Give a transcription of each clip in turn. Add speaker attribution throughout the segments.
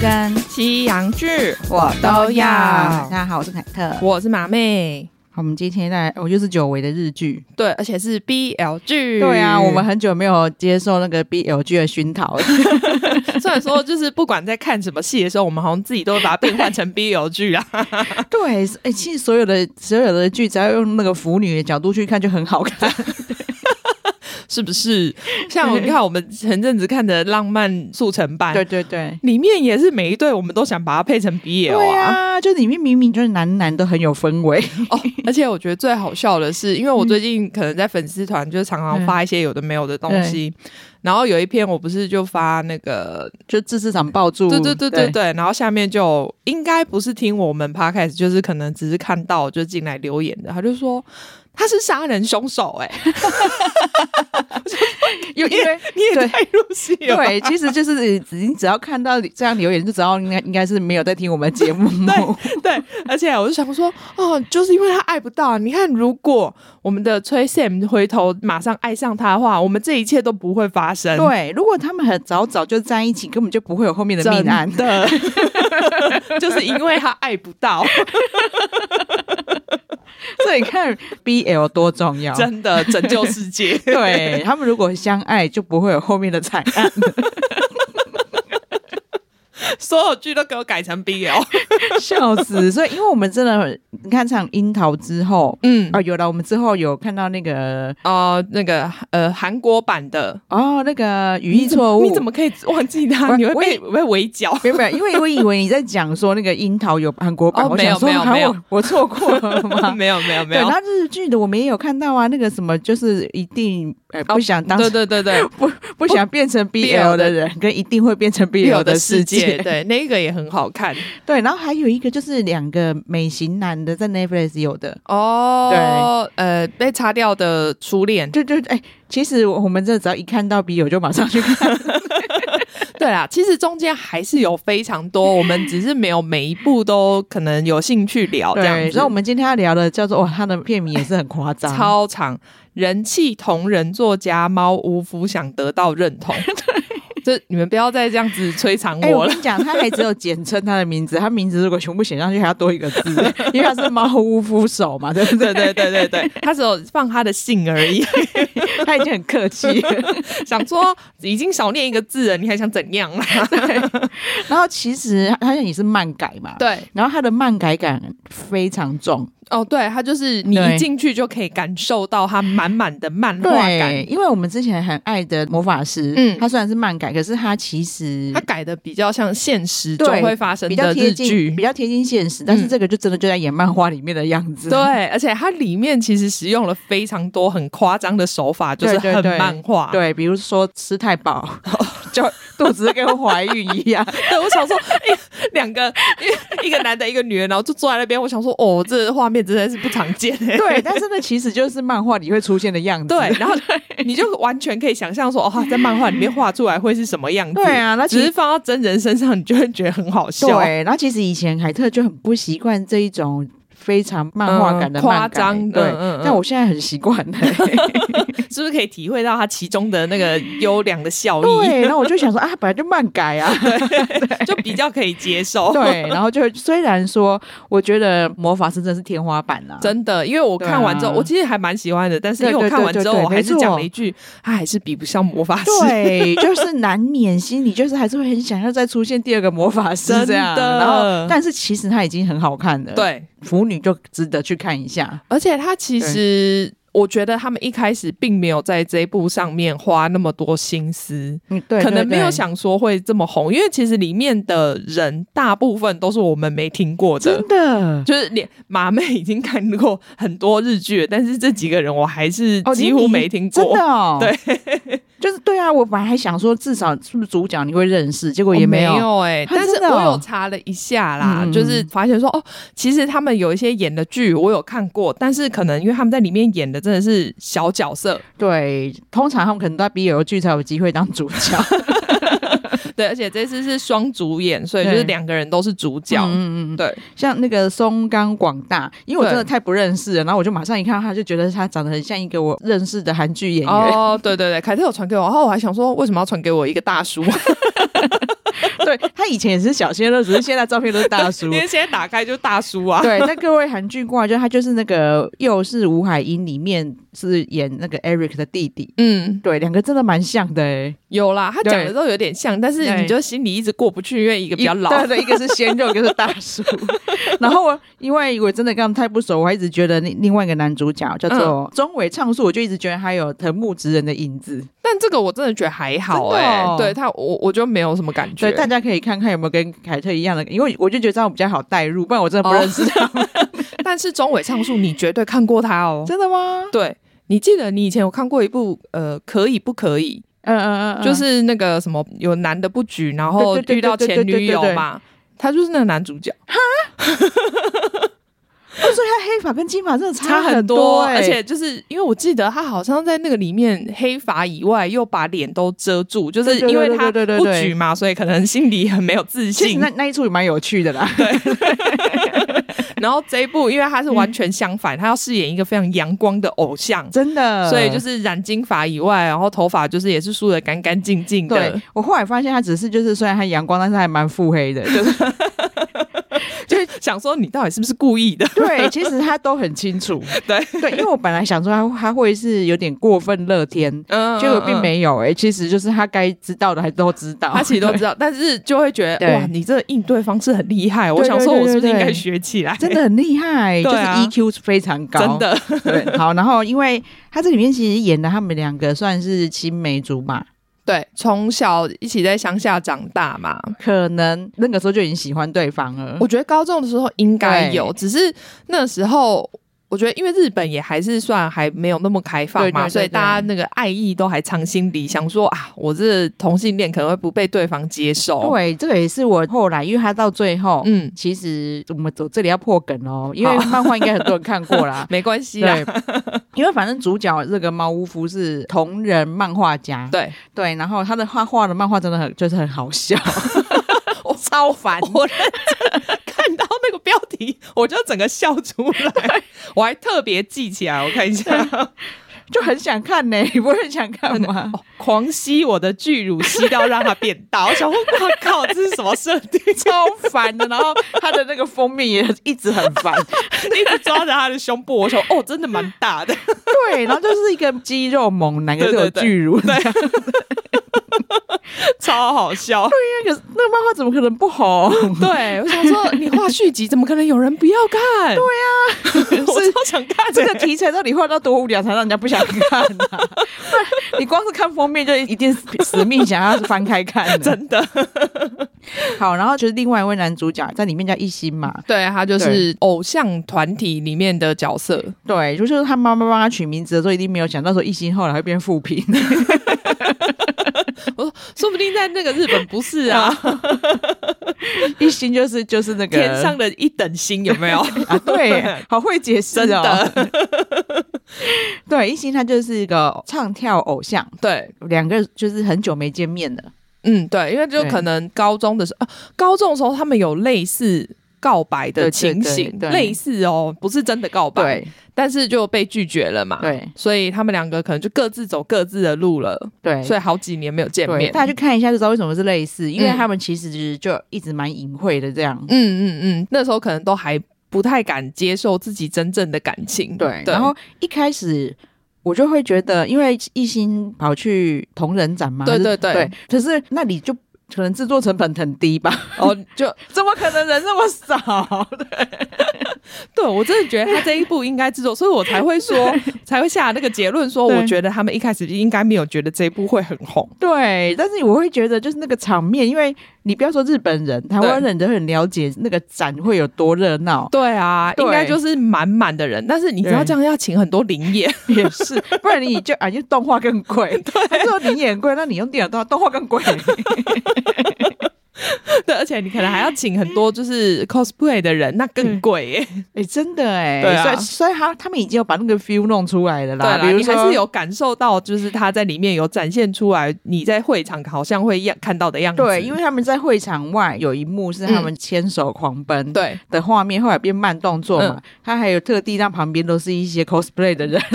Speaker 1: 跟
Speaker 2: 西洋剧，
Speaker 1: 我
Speaker 2: 都要
Speaker 1: 大家好，我是凯特。
Speaker 2: 我是马妹。
Speaker 1: 好我们今天带来，我就是久违的日剧。
Speaker 2: 对，而且是 BL 剧。
Speaker 1: 对啊，我们很久没有接受那个 BL 剧的熏陶了。
Speaker 2: 虽然说就是不管在看什么戏的时候，我们好像自己都会把它变换成 BL 剧啊。
Speaker 1: 对， 哎、其实所有的所有的剧，只要用那个腐女的角度去看，就很好看。
Speaker 2: 是不是？像我看我们前阵子看的《浪漫速成班》，
Speaker 1: 对对对。
Speaker 2: 里面也是每一对我们都想把它配成 BL
Speaker 1: 对
Speaker 2: 啊。
Speaker 1: 啊，就里面明明就是男男都很有氛围，
Speaker 2: 哦，而且我觉得最好笑的是，因为我最近可能在粉丝团就是常常发一些有的没有的东西，然后有一篇我不是就发那个，
Speaker 1: 就自市场抱住。
Speaker 2: 对对对对对，然后下面就应该不是听我们 podcast，就是可能只是看到就进来留言的，他就说。他是杀人凶手、欸，哎，
Speaker 1: 又因为
Speaker 2: 你也
Speaker 1: 对
Speaker 2: 太入戏了吧。
Speaker 1: 对，其实就是你只要看到这样留言，就知道应该应该是没有在听我们节目。
Speaker 2: 对，而且我就想说，哦，就是因为他爱不到，你看，如果我们的崔 Sam 回头马上爱上他的话，我们这一切都不会发生。
Speaker 1: 对，如果他们很早早就在一起，根本就不会有后面的
Speaker 2: 真
Speaker 1: 命案。
Speaker 2: 的，就是因为他爱不到，
Speaker 1: 所以你看 BL 多重要。
Speaker 2: 真的拯救世界。
Speaker 1: 对他们如果相爱，就不会有后面的惨案。
Speaker 2: 所有剧都给我改成 BL。
Speaker 1: 笑死！所以，因为我们真的，你看像樱桃之后，
Speaker 2: 嗯
Speaker 1: 啊、有了，我们之后有看到那个
Speaker 2: 哦，那个呃，韩国版的
Speaker 1: 哦，那个语义错误，
Speaker 2: 你怎么可以忘记他？
Speaker 1: 我
Speaker 2: 你会被被围 剿。
Speaker 1: 没有没有？因为我以为你在讲说那个樱桃有韩国版，
Speaker 2: 哦
Speaker 1: 我
Speaker 2: 没有
Speaker 1: 想说
Speaker 2: 没有
Speaker 1: 啊
Speaker 2: 没有
Speaker 1: 我我错过了吗？
Speaker 2: 没有没 有没
Speaker 1: 对，
Speaker 2: 有，
Speaker 1: 那日剧的我们也有看到啊，那个什么就是一定呃不想当
Speaker 2: 哦对对对对
Speaker 1: 不不想变 成
Speaker 2: BL
Speaker 1: BL
Speaker 2: 的
Speaker 1: 的人，跟一定会变 成 BL 的世界。
Speaker 2: 对那个也很好看
Speaker 1: 对，然后还有一个就是两个美型男的在 Netflix 有的，
Speaker 2: 哦。对，呃，被擦掉的初恋。
Speaker 1: 就就哎、其实我们这只要一看到 BL 就马上去看。
Speaker 2: 对啦，其实中间还是有非常 多，我们只是没有每一部都可能有兴趣聊哦这样
Speaker 1: 对，
Speaker 2: 子。
Speaker 1: 所以我们今天要聊的叫做哇，他的片名也是很夸张，
Speaker 2: 超长人气同人作家猫无夫想得到认 同，这你们不要再这样子摧残
Speaker 1: 哎、
Speaker 2: 我
Speaker 1: 我
Speaker 2: 了。
Speaker 1: 跟你讲，他还只有简称他的名字，他名字如果全部写上去还要多一个字，因为他是猫屋夫手嘛，对不对？
Speaker 2: 对 对对对对， 他只有放他的姓而已，
Speaker 1: 他已经很客 气了。
Speaker 2: 想说已经少念一个字了，你还想怎样啊啦？
Speaker 1: 然后其实他他也是漫改嘛，。
Speaker 2: 对，
Speaker 1: 然后他的漫改感非常重，
Speaker 2: 哦，对，他就是你一
Speaker 1: 对
Speaker 2: 进去就可以感受到他满满的漫画感
Speaker 1: 对，。因为我们之前很爱的魔法师，
Speaker 2: 嗯
Speaker 1: 嗯，他虽然是漫改，可是他其实
Speaker 2: 他改的比较像现实中
Speaker 1: 对
Speaker 2: 会发生
Speaker 1: 比较
Speaker 2: 的
Speaker 1: 贴
Speaker 2: 日
Speaker 1: 近，嗯
Speaker 2: 剧
Speaker 1: 比，较贴近现实，但是这个就真的就在演漫画里面的样子。
Speaker 2: 对，而且它里面其实使用了非常多很夸张的手法，就是
Speaker 1: 对对
Speaker 2: 很
Speaker 1: 对
Speaker 2: 漫画。
Speaker 1: 对，比如说吃太饱， 就肚子跟怀孕一样。
Speaker 2: 对，我想说，一两个 一一个男的，一个女的，然后就坐在那边。我想说，哦，这画面真的是不常见、 欸。
Speaker 1: 对，但是那其实就是漫画里会出现的样子。
Speaker 2: 对，然后 你就完全可以想象说，哦，他在漫画里面画出来会是什么样子。
Speaker 1: 对啊那其
Speaker 2: 只是放到真人身上，你就会觉得很好笑。
Speaker 1: 对，然后其实以前凯特就很不习惯这一种非常漫画感的
Speaker 2: 嗯夸
Speaker 1: 漫改
Speaker 2: 张
Speaker 1: 对
Speaker 2: 嗯嗯嗯，
Speaker 1: 但我现在很习惯了。
Speaker 2: 是不是可以体会到它其中的那个优良的效益，
Speaker 1: 对，然后我就想说啊，本来就漫改啊。
Speaker 2: 就比较可以接受？
Speaker 1: 对，然后就虽然说，我觉得魔法师真的是天花板啊啦、
Speaker 2: 真的，因为我看完之后，
Speaker 1: 对啊
Speaker 2: 我其实还蛮喜欢的，但是因
Speaker 1: 对
Speaker 2: 为我看完之后，
Speaker 1: 对对对
Speaker 2: 我还是
Speaker 1: 没错
Speaker 2: 讲了一句，他还是比不上魔法师。
Speaker 1: 对，就是难免心里就是还是会很想要再出现第二个魔法师这样。
Speaker 2: 真的
Speaker 1: 然后，但是其实它已经很好看了。，
Speaker 2: 对，
Speaker 1: 腐女就值得去看一下。
Speaker 2: 而且他其实。我觉得他们一开始并没有在这一部上面花那么多心思，
Speaker 1: 嗯，对，
Speaker 2: 可能
Speaker 1: 对
Speaker 2: 没有。
Speaker 1: 对
Speaker 2: 想说会这么红，因为其实里面的人大部分都是我们没听过的
Speaker 1: 真，的
Speaker 2: 就是连马妹已经看过很多日剧了，但是这几个人我还是
Speaker 1: 哦，
Speaker 2: 几
Speaker 1: 你
Speaker 2: 乎
Speaker 1: 你
Speaker 2: 没听过。
Speaker 1: 真的哦，
Speaker 2: 对，
Speaker 1: 就是对啊，我本来还想说，至少是不是主角你会认识，结果哦也
Speaker 2: 我没
Speaker 1: 有。
Speaker 2: 哎、
Speaker 1: 啊
Speaker 2: 但是
Speaker 1: 真的哦
Speaker 2: 我有查了一下啦，
Speaker 1: 嗯
Speaker 2: 就是发现说哦，其实他们有一些演的剧我有看过，但是可能因为他们在里面演的真的是小角色，
Speaker 1: 对，通常他们可能都在 BL 剧才有机会当主角。
Speaker 2: 对，而且这次是双主演，所以就是
Speaker 1: 对
Speaker 2: 两个人都是主角，
Speaker 1: 嗯嗯嗯，
Speaker 2: 对，
Speaker 1: 像那个松冈广大，因为我真的太不认识了，然后我就马上一看到他，就觉得他长得很像一个我认识的韩剧演员。
Speaker 2: 哦啊 哦，对对对，凯特有传给我，然后我还想说为什么要传给我一个大叔，
Speaker 1: 对他以前也是小鲜肉，只是现在照片都是大 叔
Speaker 2: 因。为现在打开就大叔啊，
Speaker 1: 对，那各位韩剧挂就他就是那个又是吴海英里面是演那个 Eric 的弟弟，
Speaker 2: 嗯，
Speaker 1: 对，两个真的蛮像的哎、
Speaker 2: 有啦，他
Speaker 1: 对
Speaker 2: 讲的都有点像，但是
Speaker 1: 对
Speaker 2: 你就心里一直过不去，因为一个比较老，
Speaker 1: 对对，一个是鲜肉，一个是大 叔。然后我因为我真的跟他们太不熟，我还一直觉得另另外一个男主角叫
Speaker 2: 嗯
Speaker 1: 做中尾畅树，我就一直觉得他有藤木直人的影子。
Speaker 2: 但这个我真的觉得还好
Speaker 1: 真的
Speaker 2: 哎、
Speaker 1: 哦
Speaker 2: 对他我我就没有什么感觉
Speaker 1: 对，。大家可以看看有没有跟凯特一样的，因为我就觉得这样比较好带入，不然我
Speaker 2: 哦
Speaker 1: 真的不认识他。
Speaker 2: 但是中尾上树你绝对看过他哦，
Speaker 1: 真的吗？
Speaker 2: 对。你记得你以前有看过一部呃，可以不可以？
Speaker 1: 嗯嗯嗯，
Speaker 2: 就是那个什么有男的不举，然后
Speaker 1: 对对对
Speaker 2: 遇到
Speaker 1: 对对
Speaker 2: 前
Speaker 1: 对
Speaker 2: 女
Speaker 1: 对
Speaker 2: 友
Speaker 1: 对
Speaker 2: 嘛，他就是那个男主角，
Speaker 1: 哦，所以他黑发跟金发真的
Speaker 2: 差
Speaker 1: 很
Speaker 2: 很多。
Speaker 1: 欸
Speaker 2: 而且就是因为我记得他好像在那个里面黑发以外，又把脸都遮住，就是
Speaker 1: 对对
Speaker 2: 因为
Speaker 1: 对
Speaker 2: 他
Speaker 1: 对对
Speaker 2: 不
Speaker 1: 对对
Speaker 2: 举嘛，所以可能心里很没有自
Speaker 1: 其实
Speaker 2: 信
Speaker 1: 那。那一出也蛮有趣的啦。
Speaker 2: 然后这一部因为他是完全相反，他要饰演一个非常阳光的偶像，
Speaker 1: 真的，
Speaker 2: 所以就是染金发以外，然后头发就是也是梳的干干净净的
Speaker 1: 对。我后来发现他只是就是虽然他阳光，但是还蛮腹黑 的，就是
Speaker 2: 就是想说你到底是不是故意的？
Speaker 1: 对，其实他都很清楚，
Speaker 2: 对
Speaker 1: 对，因为我本来想说他他会是有点过分乐天，
Speaker 2: 嗯
Speaker 1: 结果并。没有哎、其实就是他该知道的还都知道，
Speaker 2: 嗯他其实都知道，但是就会觉得
Speaker 1: 对
Speaker 2: 哇，你这个应对方式很厉害。我
Speaker 1: 对
Speaker 2: 想
Speaker 1: 对
Speaker 2: 说，
Speaker 1: 对
Speaker 2: 我是不是
Speaker 1: 对
Speaker 2: 应该
Speaker 1: 对
Speaker 2: 学起来？
Speaker 1: 真的很厉害，就
Speaker 2: 对
Speaker 1: 是
Speaker 2: 啊
Speaker 1: EQ 非常高，
Speaker 2: 真的，
Speaker 1: 对。好，然后因为他这里面其实演的他们两个算是青梅竹马，
Speaker 2: 对，从小一起在乡下长大嘛。
Speaker 1: 可能那个时候就已经喜欢对方了
Speaker 2: 我。觉得高中的时候应该
Speaker 1: 对
Speaker 2: 有，只是那时候我觉得，因为日本也还是算还没有那么开放嘛，
Speaker 1: 对对对
Speaker 2: 所以大家那个爱意都还藏心底，想说啊，我这同性恋可能会不被对方接受。，
Speaker 1: 对，这个也是我后来，因为他到最后，
Speaker 2: 哦嗯，
Speaker 1: 其实我们走这里要破梗哦，因为
Speaker 2: 好
Speaker 1: 漫画应该很多人看过
Speaker 2: 。
Speaker 1: 啦
Speaker 2: 没关系啊啦
Speaker 1: 对。，因为反正主角这个猫屋夫是同人漫画家，
Speaker 2: 对，
Speaker 1: 对，然后他的画画的漫画真的很就是很好笑， 我超烦。
Speaker 2: 我认真看到那个标题，我就整个笑出来，我还特别记起来，我看一下，
Speaker 1: 就很想看呢、你不会很想看吗？
Speaker 2: 哦狂吸我的巨乳，吸到让它变大，我想说，哇靠，这是什么设定？
Speaker 1: 超烦的，然后他的那个封面也一直很烦，
Speaker 2: 一直抓着他的胸部，我说哦，真的蛮大的。
Speaker 1: 对，然后就是一个肌肉猛男，可是有
Speaker 2: 对对对
Speaker 1: 巨乳，对，
Speaker 2: 超好笑。
Speaker 1: 那个那个漫画怎么可能不 红？
Speaker 2: 对，我想说，你画续集怎么可能有人不要看？ 对啊呀、我超想看
Speaker 1: 这个题材到底画到多无聊，才让人家不想看 啊？不然你光是看封面就一定死命想要翻开看的。
Speaker 2: 真的。
Speaker 1: 好，然后就是另外一位男主角在里面叫一心嘛，
Speaker 2: 对他就是偶像团体里面的角色，
Speaker 1: 对，就是他妈妈帮他取名字的时候，一定没有想到说一心后来会变富 平。
Speaker 2: 说不定在那个日本不是 啊，
Speaker 1: 一心就是就是那个
Speaker 2: 天上的一等星有没 有？
Speaker 1: 啊， 对，好会解释
Speaker 2: 真
Speaker 1: 哦。
Speaker 2: 的，
Speaker 1: 对，一心他就是一个唱跳偶像，
Speaker 2: 对，
Speaker 1: 两个就是很久没见面了。
Speaker 2: 嗯，对，因为就
Speaker 1: 对
Speaker 2: 可能高中的时候，啊高中的时候他们有类似告白的
Speaker 1: 对对
Speaker 2: 情
Speaker 1: 对
Speaker 2: 形，
Speaker 1: 对
Speaker 2: 类似哦，不是真的告白，
Speaker 1: 对
Speaker 2: 但是就被拒绝了嘛，，
Speaker 1: 对
Speaker 2: 所以他们两个可能就各自走各自的路了。
Speaker 1: 对，
Speaker 2: 所以好几年没有啊见
Speaker 1: 对，
Speaker 2: 面。
Speaker 1: 大家去看一下就知道为什么是类似，因为
Speaker 2: 嗯
Speaker 1: 他们其实就一直蛮隐晦的这样。
Speaker 2: 嗯嗯嗯，那时候可能都还不太敢接受自己真正的感情。
Speaker 1: 对，然后一开始。我就会觉得，因为一心跑去同人展嘛，
Speaker 2: 对
Speaker 1: 还是
Speaker 2: 对对
Speaker 1: 对，可是那里就可能制作成本很低吧？
Speaker 2: 哦，就
Speaker 1: 怎么可能人那么少？
Speaker 2: 对我真的觉得他这一部应该制作，所以我才会 说，才会下那个结论说，
Speaker 1: 对
Speaker 2: 我觉得他们一开始应该没有觉得这一部会很红。，
Speaker 1: 对，但是我会觉得就是那个场面，因为你不要说日本人，台湾人都很了解那个展会有多热闹
Speaker 2: 对啊，
Speaker 1: 对
Speaker 2: 应该就是满满的人，但是你知道
Speaker 1: 对
Speaker 2: 这样要请很多灵演，
Speaker 1: 也 是，不然你就啊，因为动画更贵， 他说你也很贵，那你用电脑动画，动画更贵，
Speaker 2: 对，而且你可能还要请很多就是 cosplay 的人，那更贵耶。
Speaker 1: 哎、真的哎、
Speaker 2: 对啊
Speaker 1: 所以所以他他们已经有把那个 feel 弄出来了
Speaker 2: 对
Speaker 1: 啦，
Speaker 2: 啦，
Speaker 1: 比如
Speaker 2: 你
Speaker 1: 说
Speaker 2: 还是有感受到，就是他在里面有展现出来，你在会场好像会样看到的样子。
Speaker 1: 对，因为他们在会场外有一幕是他们牵手狂奔。
Speaker 2: 对，
Speaker 1: 的嗯 画面后来变慢动作嘛，他还有特地让旁边都是一些 cosplay 的人，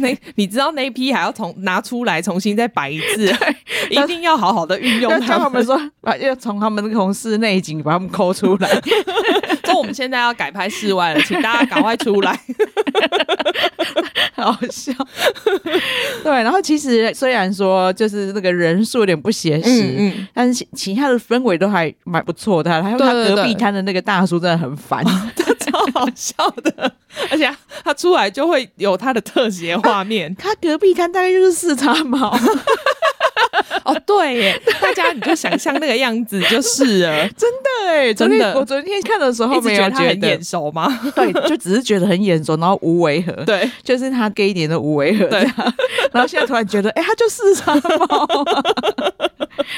Speaker 2: 那你知道那一批还要从拿出来重新再摆一次， 一定要好好的运用
Speaker 1: 要叫
Speaker 2: 它
Speaker 1: 他
Speaker 2: 们
Speaker 1: 们。 说，把要从他们的同事内景把他们抠出 来，
Speaker 2: 所以我们现在要改拍室外了，请大家赶快出来。
Speaker 1: 好笑。 对，然后其实虽然说就是那个人数有点不写实，
Speaker 2: 嗯，
Speaker 1: 但是其其他的氛围都还蛮不错的啊。还有
Speaker 2: 对
Speaker 1: 他
Speaker 2: 对
Speaker 1: 隔壁
Speaker 2: 对
Speaker 1: 摊的那个大叔真的很 烦，
Speaker 2: 超好笑的，而且它出来就会有它的特写画面。
Speaker 1: 他隔壁摊大概就是四叉猫，
Speaker 2: 哦，对耶，大家你就想象那个样子就是了。
Speaker 1: 真的哎，昨
Speaker 2: 真
Speaker 1: 天
Speaker 2: 的
Speaker 1: 我昨天看的时候
Speaker 2: 一直
Speaker 1: 没
Speaker 2: 觉
Speaker 1: 有
Speaker 2: 得它
Speaker 1: 觉
Speaker 2: 很
Speaker 1: 得
Speaker 2: 眼，熟吗？
Speaker 1: 对，就只是觉得很眼熟，然后无违和，
Speaker 2: 对，
Speaker 1: 就是他 gay 一点都无违和，
Speaker 2: 对
Speaker 1: 这样，然后现在突然觉得，哎、他就四叉猫 啊、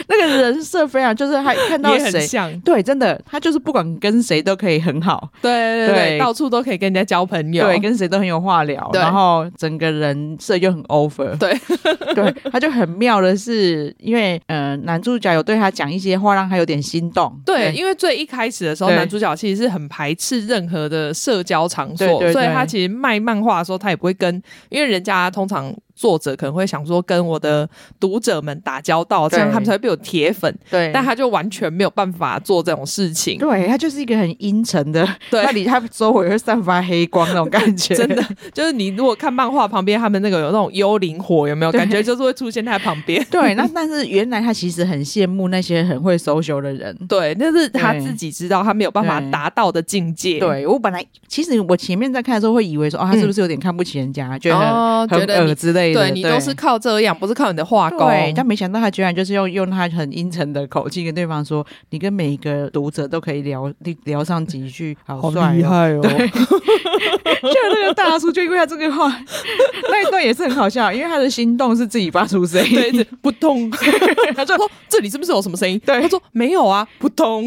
Speaker 1: 那个人设非常，就是他看到
Speaker 2: 也很
Speaker 1: 谁，
Speaker 2: 像。
Speaker 1: 对，真的，他就是不管跟谁都可以很好，
Speaker 2: 对对对，
Speaker 1: 对
Speaker 2: 到处都可以跟人家交朋友。
Speaker 1: 对，跟谁都很有话聊，
Speaker 2: 对
Speaker 1: 然后整个人设又很 over，
Speaker 2: 对
Speaker 1: 对，他就很妙的是，因为呃，男主角有对他讲一些话，让他有点心动，
Speaker 2: 对，因为最一开始的时候，
Speaker 1: 对
Speaker 2: 男主角其实是很排斥任何的社交场所，
Speaker 1: 对对对
Speaker 2: 所以他其实卖漫画的时候，他也不会跟，因为人家通常作者可能会想说跟我的读者们打交道，这样
Speaker 1: 对
Speaker 2: 他们才会被我铁粉，
Speaker 1: 对，
Speaker 2: 但他就完全没有办法做这种事情。
Speaker 1: 对他就是一个很阴沉的，
Speaker 2: 对
Speaker 1: 那里他周围会散发黑光那种感觉，
Speaker 2: 真的，就是你如果看漫画旁边他们那个有那种幽灵火，有没有
Speaker 1: 对
Speaker 2: 感觉就是会出现在他 旁边？
Speaker 1: 对，那但是原来他其实很羡慕那些很会 social 的人。
Speaker 2: 对，那是他
Speaker 1: 对
Speaker 2: 自己知道他没有办法
Speaker 1: 对
Speaker 2: 达到的境界。
Speaker 1: 对我本来其实我前面在看的时候会以为说，哦，他是不是有点看不起人家，觉得很、
Speaker 2: 哦觉得
Speaker 1: 很
Speaker 2: 你
Speaker 1: 恶之类的，
Speaker 2: 对你都是。靠这样，不是靠你的画功。
Speaker 1: 对，但没想到他居然就是用用他很阴沉的口气跟对方说：“你跟每一个读者都可以聊聊上几句，好帅、哦，
Speaker 2: 害哦！
Speaker 1: 对，就那个大叔，就因为他这个话， 那一段也是很好笑，因为他的心动是自己发出声音，
Speaker 2: 对，一直扑通。 他说：“哦，这里是不是有什么声音？”
Speaker 1: 对
Speaker 2: 他说：“没有啊，扑 通。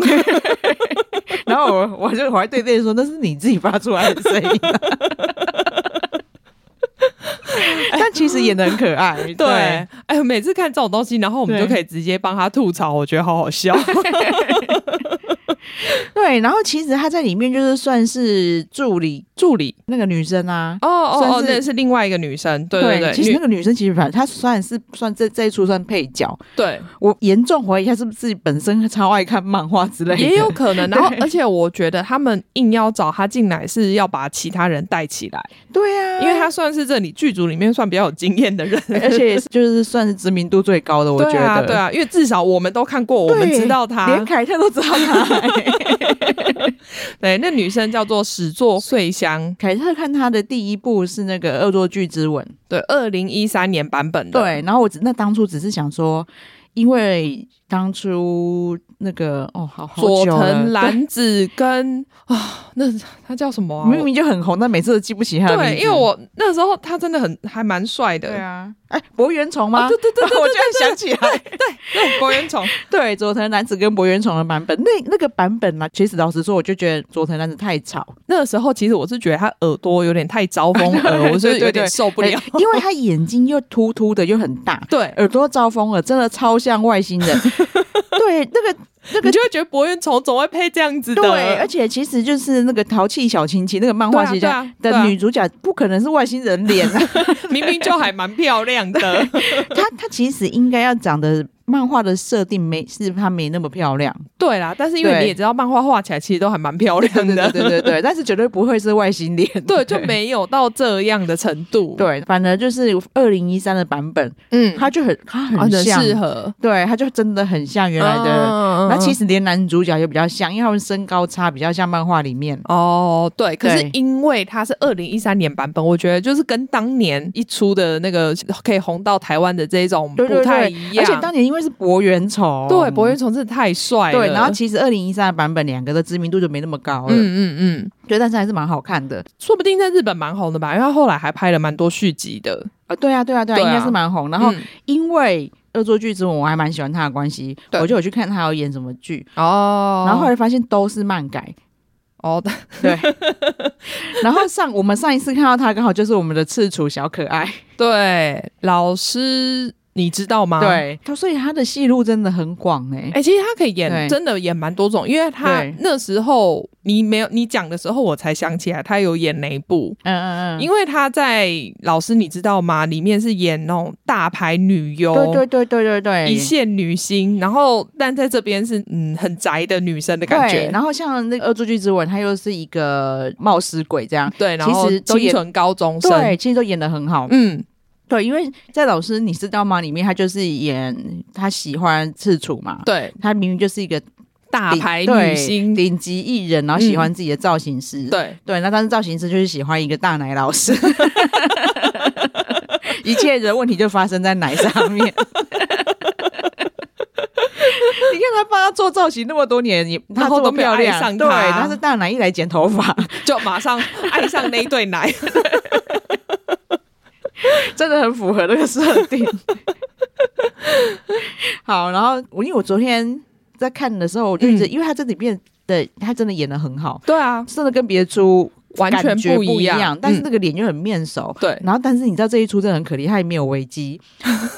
Speaker 1: 然后我我就我还对对说那是你自己发出来的声音、 但其实演的很可爱，”
Speaker 2: 对，哎呦，每次看这种东西，然后我们
Speaker 1: 对
Speaker 2: 就可以直接帮他吐槽，我觉得好好笑。
Speaker 1: 对，然后其实他在里面就是算是 助理
Speaker 2: 助理，
Speaker 1: 那个女生啊。
Speaker 2: 哦哦哦，
Speaker 1: 算是
Speaker 2: 那是另外一个女生，对对对，
Speaker 1: 其实那
Speaker 2: 女
Speaker 1: 个女生其实反正她算是算这这一出算配角，
Speaker 2: 对
Speaker 1: 我严重怀疑她是不是自己本身超爱看漫画之类的，
Speaker 2: 也有可 能。然后
Speaker 1: 对，
Speaker 2: 而且我觉得他们硬要找他进来，是要把其他人带起来，
Speaker 1: 对啊，
Speaker 2: 因为他算是这里剧组里面算比较有经验的人，
Speaker 1: 而且也是就是算是知名度最高的，我觉
Speaker 2: 对啊
Speaker 1: 得
Speaker 2: 对啊，因为至少我们都看过，我们
Speaker 1: 对
Speaker 2: 知道他，
Speaker 1: 连凯特都知道她、
Speaker 2: 对，那女生叫做始作穗香，
Speaker 1: 凯特看她的第一部是那个《恶作剧之吻》，
Speaker 2: 对，二零一三年版本的。
Speaker 1: 对，然后我只那当初只是想说，因为当初那个哦，好好
Speaker 2: 佐
Speaker 1: 久了
Speaker 2: 藤蓝子跟啊，那他叫什么
Speaker 1: 对
Speaker 2: 啊？
Speaker 1: 明明就很红，但每次都记不起他
Speaker 2: 我
Speaker 1: 的名字。
Speaker 2: 对，因为我那时候他真的很还蛮帅的，
Speaker 1: 对啊，哎，博元崇吗？
Speaker 2: 啊对对对对
Speaker 1: 我居然想起来，
Speaker 2: 对，郭元崇，
Speaker 1: 对，佐藤男子跟博元崇的版本，那那个版本呢、其实老实说，我就觉得佐藤男子太吵，
Speaker 2: 那时候其实我是觉得他耳朵有点太招风耳，我是
Speaker 1: 对对
Speaker 2: 有点
Speaker 1: 对
Speaker 2: 受不
Speaker 1: 哎
Speaker 2: 了。
Speaker 1: 因为他眼睛又突突的又很大，
Speaker 2: 对，
Speaker 1: 耳朵招风耳，真的超像外星 人。对，那个
Speaker 2: 你就会觉得博元崇总会配这样子的，
Speaker 1: 对，而且其实就是那个淘气小亲戚那个漫
Speaker 2: 对
Speaker 1: 画，
Speaker 2: 啊
Speaker 1: 其实
Speaker 2: 对啊对
Speaker 1: 的
Speaker 2: 啊
Speaker 1: 女主角不可能是外星人脸啊，
Speaker 2: 明明就还蛮漂亮的。
Speaker 1: 她她其实应该要长得漫画的设定没是她没那么漂亮，
Speaker 2: 对啦，但是因为
Speaker 1: 对
Speaker 2: 你也知道，漫画画起来其实都还蛮漂亮的，
Speaker 1: 对对对对对，但是绝对不会是外星脸，
Speaker 2: 对，就没有到这样的程度。，
Speaker 1: 对，反而就是二零一三的版本，
Speaker 2: 嗯
Speaker 1: 她就很她
Speaker 2: 啊
Speaker 1: 很
Speaker 2: 很
Speaker 1: 像，
Speaker 2: 适合
Speaker 1: 对，她就真的很像原来的。
Speaker 2: 嗯
Speaker 1: 那其
Speaker 2: 实
Speaker 1: 实连男主角也比较像，因为他们身高差比较像漫画里面。
Speaker 2: 哦，对，可是
Speaker 1: 对
Speaker 2: 因为它是二零一三年版本，我觉得就是跟当年一出的那个可以红到台湾的这一种
Speaker 1: 对对
Speaker 2: 不
Speaker 1: 对
Speaker 2: 太一
Speaker 1: 而
Speaker 2: 样。
Speaker 1: 且当年因为是博元虫，
Speaker 2: 对博元崇真的太帅了，
Speaker 1: 对，然后其实二零一三版本两个的知名度就没那么高了，
Speaker 2: 嗯嗯嗯，
Speaker 1: 对，但是还是蛮好看的
Speaker 2: 说不定在日本蛮红的吧，因为他后来还拍了蛮多续集的。
Speaker 1: 啊、对啊，对啊，对啊，
Speaker 2: 对啊
Speaker 1: 应该是蛮红。然后
Speaker 2: 嗯
Speaker 1: 因为恶作剧之吻，我还蛮喜欢他的关系，
Speaker 2: 对
Speaker 1: 我就有去看他有演什么剧，
Speaker 2: 哦，
Speaker 1: 然后后来发现都是漫改。
Speaker 2: 哦，
Speaker 1: 对，然后上我们上一次看到他，刚好就是我们的赤楚小可爱，
Speaker 2: 对，老师你知道吗？。
Speaker 1: 对，他啊所以他的戏路真的很广哎、
Speaker 2: 哎、其实他可以演，
Speaker 1: 对
Speaker 2: 真的演蛮多种，因为他
Speaker 1: 对
Speaker 2: 那时候你没有你讲的时候，我才想起来他有演哪一部，
Speaker 1: 嗯嗯嗯，
Speaker 2: 因为他在《老师你知道吗》里面是演那种大牌女优，
Speaker 1: 对对对对对对，
Speaker 2: 一线女星，然后但在这边是嗯很宅的女生的感
Speaker 1: 对
Speaker 2: 觉，
Speaker 1: 然后像那个《恶作剧之吻》，他又是一个冒失鬼这样。
Speaker 2: 对，然后
Speaker 1: 其实都
Speaker 2: 清
Speaker 1: 演
Speaker 2: 纯高中生，
Speaker 1: 对，其实都演的很好。
Speaker 2: 嗯，
Speaker 1: 对，因为在《老师你知道吗》里面，他就是演他喜欢赤楚嘛。
Speaker 2: 对，
Speaker 1: 他明明就是一个
Speaker 2: 大
Speaker 1: 顶
Speaker 2: 牌
Speaker 1: 对
Speaker 2: 女星，
Speaker 1: 顶级艺人，然后喜欢自己的造型师。
Speaker 2: 对，
Speaker 1: 对，那但是造型师就是喜欢一个大奶老师，一切的问题就发生在奶上面。你看他帮他做造型那么多年，也
Speaker 2: 然
Speaker 1: 他
Speaker 2: 后
Speaker 1: 这
Speaker 2: 都
Speaker 1: 么
Speaker 2: 没有
Speaker 1: 漂
Speaker 2: 爱
Speaker 1: 亮，
Speaker 2: 上
Speaker 1: 对，
Speaker 2: 他
Speaker 1: 他是大奶一来剪头发，
Speaker 2: 就马上爱上那一对 奶，
Speaker 1: 真的很符合那个设定。好，然后我因为我昨天在看的时候，我就一
Speaker 2: 嗯
Speaker 1: 直、因为他这里面的他真的演的很好，
Speaker 2: 对啊，
Speaker 1: 真的跟别出
Speaker 2: 完全
Speaker 1: 感觉不
Speaker 2: 一
Speaker 1: 样，但是
Speaker 2: 嗯
Speaker 1: 那个脸又很面熟。
Speaker 2: 对，
Speaker 1: 然后，但是你知道这一出真的很可怜，她也没有危 机，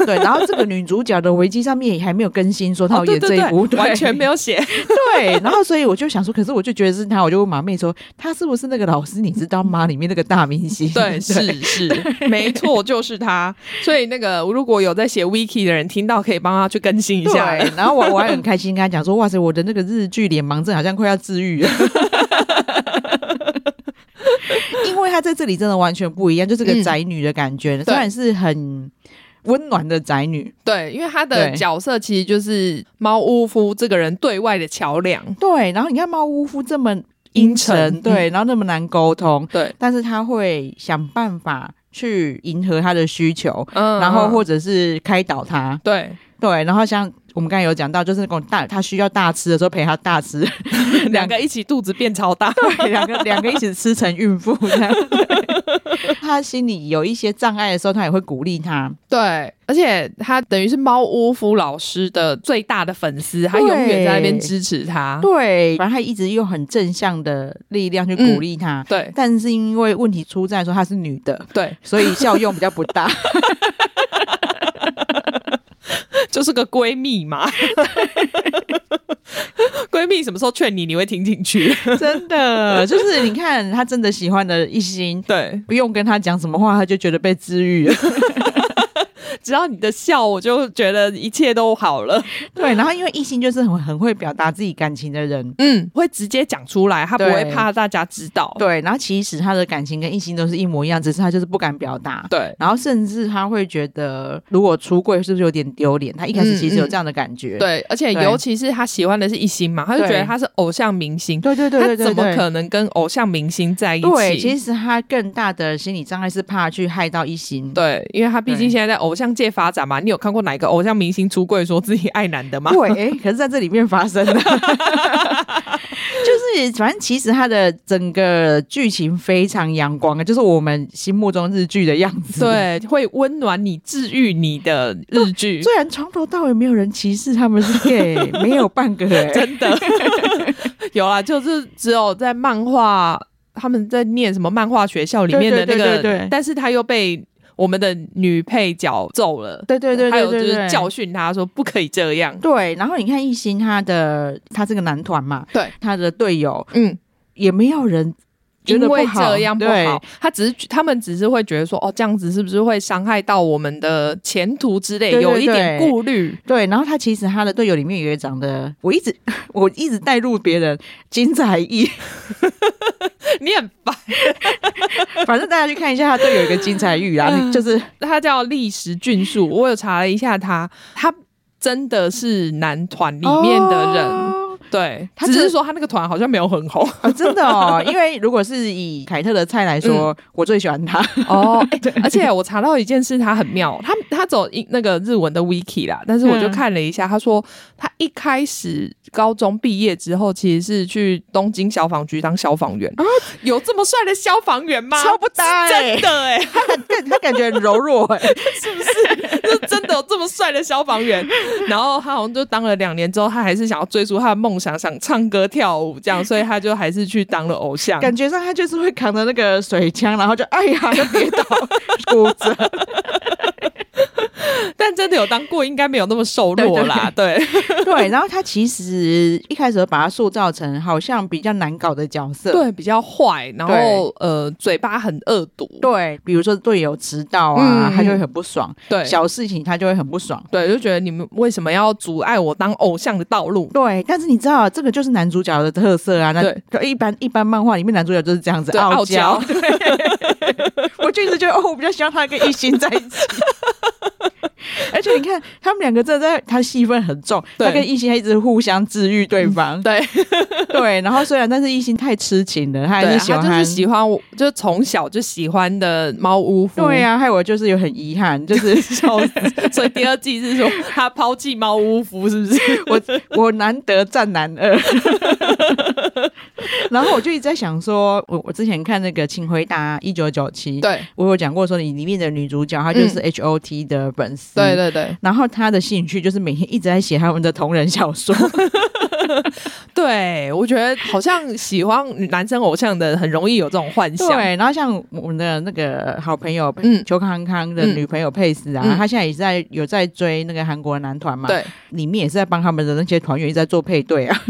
Speaker 1: 对。然后这个女主角的危机上面也还没有更新，说她
Speaker 2: 哦
Speaker 1: 有
Speaker 2: 对
Speaker 1: 演这
Speaker 2: 对
Speaker 1: 一
Speaker 2: 对
Speaker 1: 部，，
Speaker 2: 完全没有写，
Speaker 1: 对。然后，所以我就想说，可是我就觉得是她，我就问马妹说，她是不是那个老师？你知道吗？里面那个大明星，
Speaker 2: 对，是是，没错，就是他。所以那个如果有在写 wiki 的人听到，可以帮他去更新一
Speaker 1: 对
Speaker 2: 下。，
Speaker 1: 然后我我还很开心跟他讲说，哇塞，我的那个日剧脸盲症好像快要治 愈了。因为他在这里真的完全不一样，就是
Speaker 2: 嗯
Speaker 1: 个宅女的感觉，虽然是很温暖的宅女，
Speaker 2: 对，因为他的
Speaker 1: 对
Speaker 2: 角色其实就是猫屋夫这个人对外的桥梁。
Speaker 1: 对。然后你看猫屋夫这么
Speaker 2: 阴
Speaker 1: 阴
Speaker 2: 沉嗯
Speaker 1: 沉，对，然后那么难沟通，
Speaker 2: 对，
Speaker 1: 但是他会想办法去迎合他的需求，
Speaker 2: 嗯
Speaker 1: 然后
Speaker 2: 嗯
Speaker 1: 或者是开导他，
Speaker 2: 对
Speaker 1: 对。然后像我们刚才有讲到，就是那种大他需要大吃的时候陪他大吃，
Speaker 2: 两个一起肚子变超大。
Speaker 1: 对，两个两个一起吃成孕妇这 样。他心里有一些障碍的时候，他也会鼓励他。
Speaker 2: 对，而且他等于是猫屋夫老师的最大的粉丝，他永远在那边
Speaker 1: 对
Speaker 2: 支持他。
Speaker 1: 对，反正他一直用很正向的力量去
Speaker 2: 嗯
Speaker 1: 鼓励他。
Speaker 2: 对
Speaker 1: 但是因为问题出在说她是女的，
Speaker 2: 对，
Speaker 1: 所以效用比较不大。
Speaker 2: 就是个闺蜜嘛。 闺蜜什么时候劝你，你会听进去？
Speaker 1: 真的，就是你看他真的喜欢的一心，
Speaker 2: 对，
Speaker 1: 不用跟他讲什么话，他就觉得被治愈了。
Speaker 2: 只要你的笑，我就觉得一切都好了。
Speaker 1: 对，然后因为一心就是很很会表达自己感情的人。
Speaker 2: 嗯，会直接讲出来，他不
Speaker 1: 对
Speaker 2: 会怕大家知道。
Speaker 1: 对，然后其实他的感情跟一心都是一模一样，只是他就是不敢表达。
Speaker 2: 对
Speaker 1: 然后甚至他会觉得，如果出柜是不是有点丢脸？他一开始其实有这样的感觉。
Speaker 2: 对，而且
Speaker 1: 嗯对
Speaker 2: 尤其是他喜欢的是一心嘛，他就觉
Speaker 1: 对
Speaker 2: 得他是偶像明星，
Speaker 1: 对对对对对，
Speaker 2: 他怎么
Speaker 1: 对
Speaker 2: 可能跟偶像明星在一起？
Speaker 1: 对，其实他更大的心理障碍是怕去害到一心。
Speaker 2: 对因为他毕竟
Speaker 1: 对
Speaker 2: 现在在偶像界发展嘛。你有看过哪个偶像明星出柜说自己爱男的吗？
Speaker 1: 对，哎、可是在这里面发生的， 就是反正其实他的整个剧情非常阳光啊，就是我们心目中日剧的样子。，
Speaker 2: 对，会温暖你、治愈你的日 剧。
Speaker 1: 虽然从头到尾没有人歧视他们是 gay，没有半个人。
Speaker 2: 真的 有啦，就是只有在漫画他们在念什么漫画学校里面的那
Speaker 1: 对
Speaker 2: 个，
Speaker 1: 对对对对
Speaker 2: 但是他又被我们的女配角揍了，
Speaker 1: 对对对对对对，
Speaker 2: 还有就是教训他说不可以这样，
Speaker 1: 对，然后你看一心他的他这个男团嘛，
Speaker 2: 对，
Speaker 1: 他的队友
Speaker 2: 嗯。
Speaker 1: 也没有人觉
Speaker 2: 因
Speaker 1: 得
Speaker 2: 为
Speaker 1: 不好
Speaker 2: 这样不
Speaker 1: 对
Speaker 2: 好，他只是他们只是会觉得说，哦，这样子是不是会伤害到我们的前途之类，
Speaker 1: 对对
Speaker 2: 有一点
Speaker 1: 对
Speaker 2: 顾虑。
Speaker 1: 对，然后他其实他的队友里面有一个长得，我一直 我一直带入别人金彩义，
Speaker 2: 你很烦，
Speaker 1: 反正大家去看一下他队友有一个金彩玉啦，
Speaker 2: 嗯
Speaker 1: 你就是
Speaker 2: 他叫历史俊树，我有查了一下他，他真的是男团里面的人，
Speaker 1: 哦
Speaker 2: 对，
Speaker 1: 他
Speaker 2: 只
Speaker 1: 就是
Speaker 2: 说他那个团好像没有很红
Speaker 1: 哦真的哦， 因为如果是以凯特的菜来说，我最喜欢他，
Speaker 2: 哦、哎而且我查到一件事，他很妙，他他走英那个日文的 wiki 啦，但是我就
Speaker 1: 嗯
Speaker 2: 看了一下，他说他一开始高中毕业之后，其实是去东京消防局当消防员。有这么帅的消防员吗？
Speaker 1: 啊超不搭欸
Speaker 2: 真的哎、
Speaker 1: 他感他感觉很柔弱哎、
Speaker 2: 是不是？就真的有这么帅的消防员？然后他好像就当了两年之后，他还是想要追逐他的梦想，想唱歌跳舞这样，所以他就还是去当了偶像。
Speaker 1: 感觉上他就是会扛着那个水 枪，然后就哎呀就跌倒骨折，
Speaker 2: 但真的有当过，应该没有那么瘦弱啦。对，
Speaker 1: 对，然后他其实一开始有把他塑造成好像比较难搞的角色，
Speaker 2: 对，比较坏，然后呃，嘴巴很恶毒，
Speaker 1: 对，比如说队友迟到啊，
Speaker 2: 嗯
Speaker 1: 他就会很不爽，
Speaker 2: 对，
Speaker 1: 小事情他就会很不爽。
Speaker 2: 对，就觉得你们为什么要阻碍我当偶像的道路？
Speaker 1: 对，但是你知道这个就是男主角的特色啊。那
Speaker 2: 对
Speaker 1: 就一般一般漫画里面男主角就是这样子
Speaker 2: 对傲
Speaker 1: 娇
Speaker 2: 娇。
Speaker 1: 对， 我就一直觉得哦，我比较希望他跟一心在一起。 而且你看，他们两个真的在，他戏份很重，
Speaker 2: 对嗯
Speaker 1: 他跟一心还一直互相治愈对方。
Speaker 2: 对，
Speaker 1: 对，然后虽然但是一心太痴情了，他还
Speaker 2: 对，啊
Speaker 1: 是喜欢
Speaker 2: 他就是喜欢我，就是从小就喜欢的猫屋夫。
Speaker 1: 对、啊呀、害我就是有很遗憾，就是
Speaker 2: 笑死！ 所以第二季是说他抛弃猫屋夫，是 不是？
Speaker 1: 我我难得战男二， 然后我就一直在想说，我我之前看那个《请回答一九九七》，
Speaker 2: 对，嗯
Speaker 1: 我有讲过说，你里面的女主角她就是 H O T 的粉丝，
Speaker 2: 对对对
Speaker 1: 然后她的兴趣就是每天一直在写他们的同人小 说，
Speaker 2: 对，我觉得好像喜欢男生偶像的人很容易有这种幻想。
Speaker 1: 对。然后像我们的那个好朋友，
Speaker 2: 嗯
Speaker 1: 邱康康的
Speaker 2: 嗯
Speaker 1: 女朋友佩斯啊，
Speaker 2: 嗯
Speaker 1: 她现在也是在有在追那个韩国男团嘛，，
Speaker 2: 对，
Speaker 1: 里面也是在帮他们的那些团员一直在做配对啊，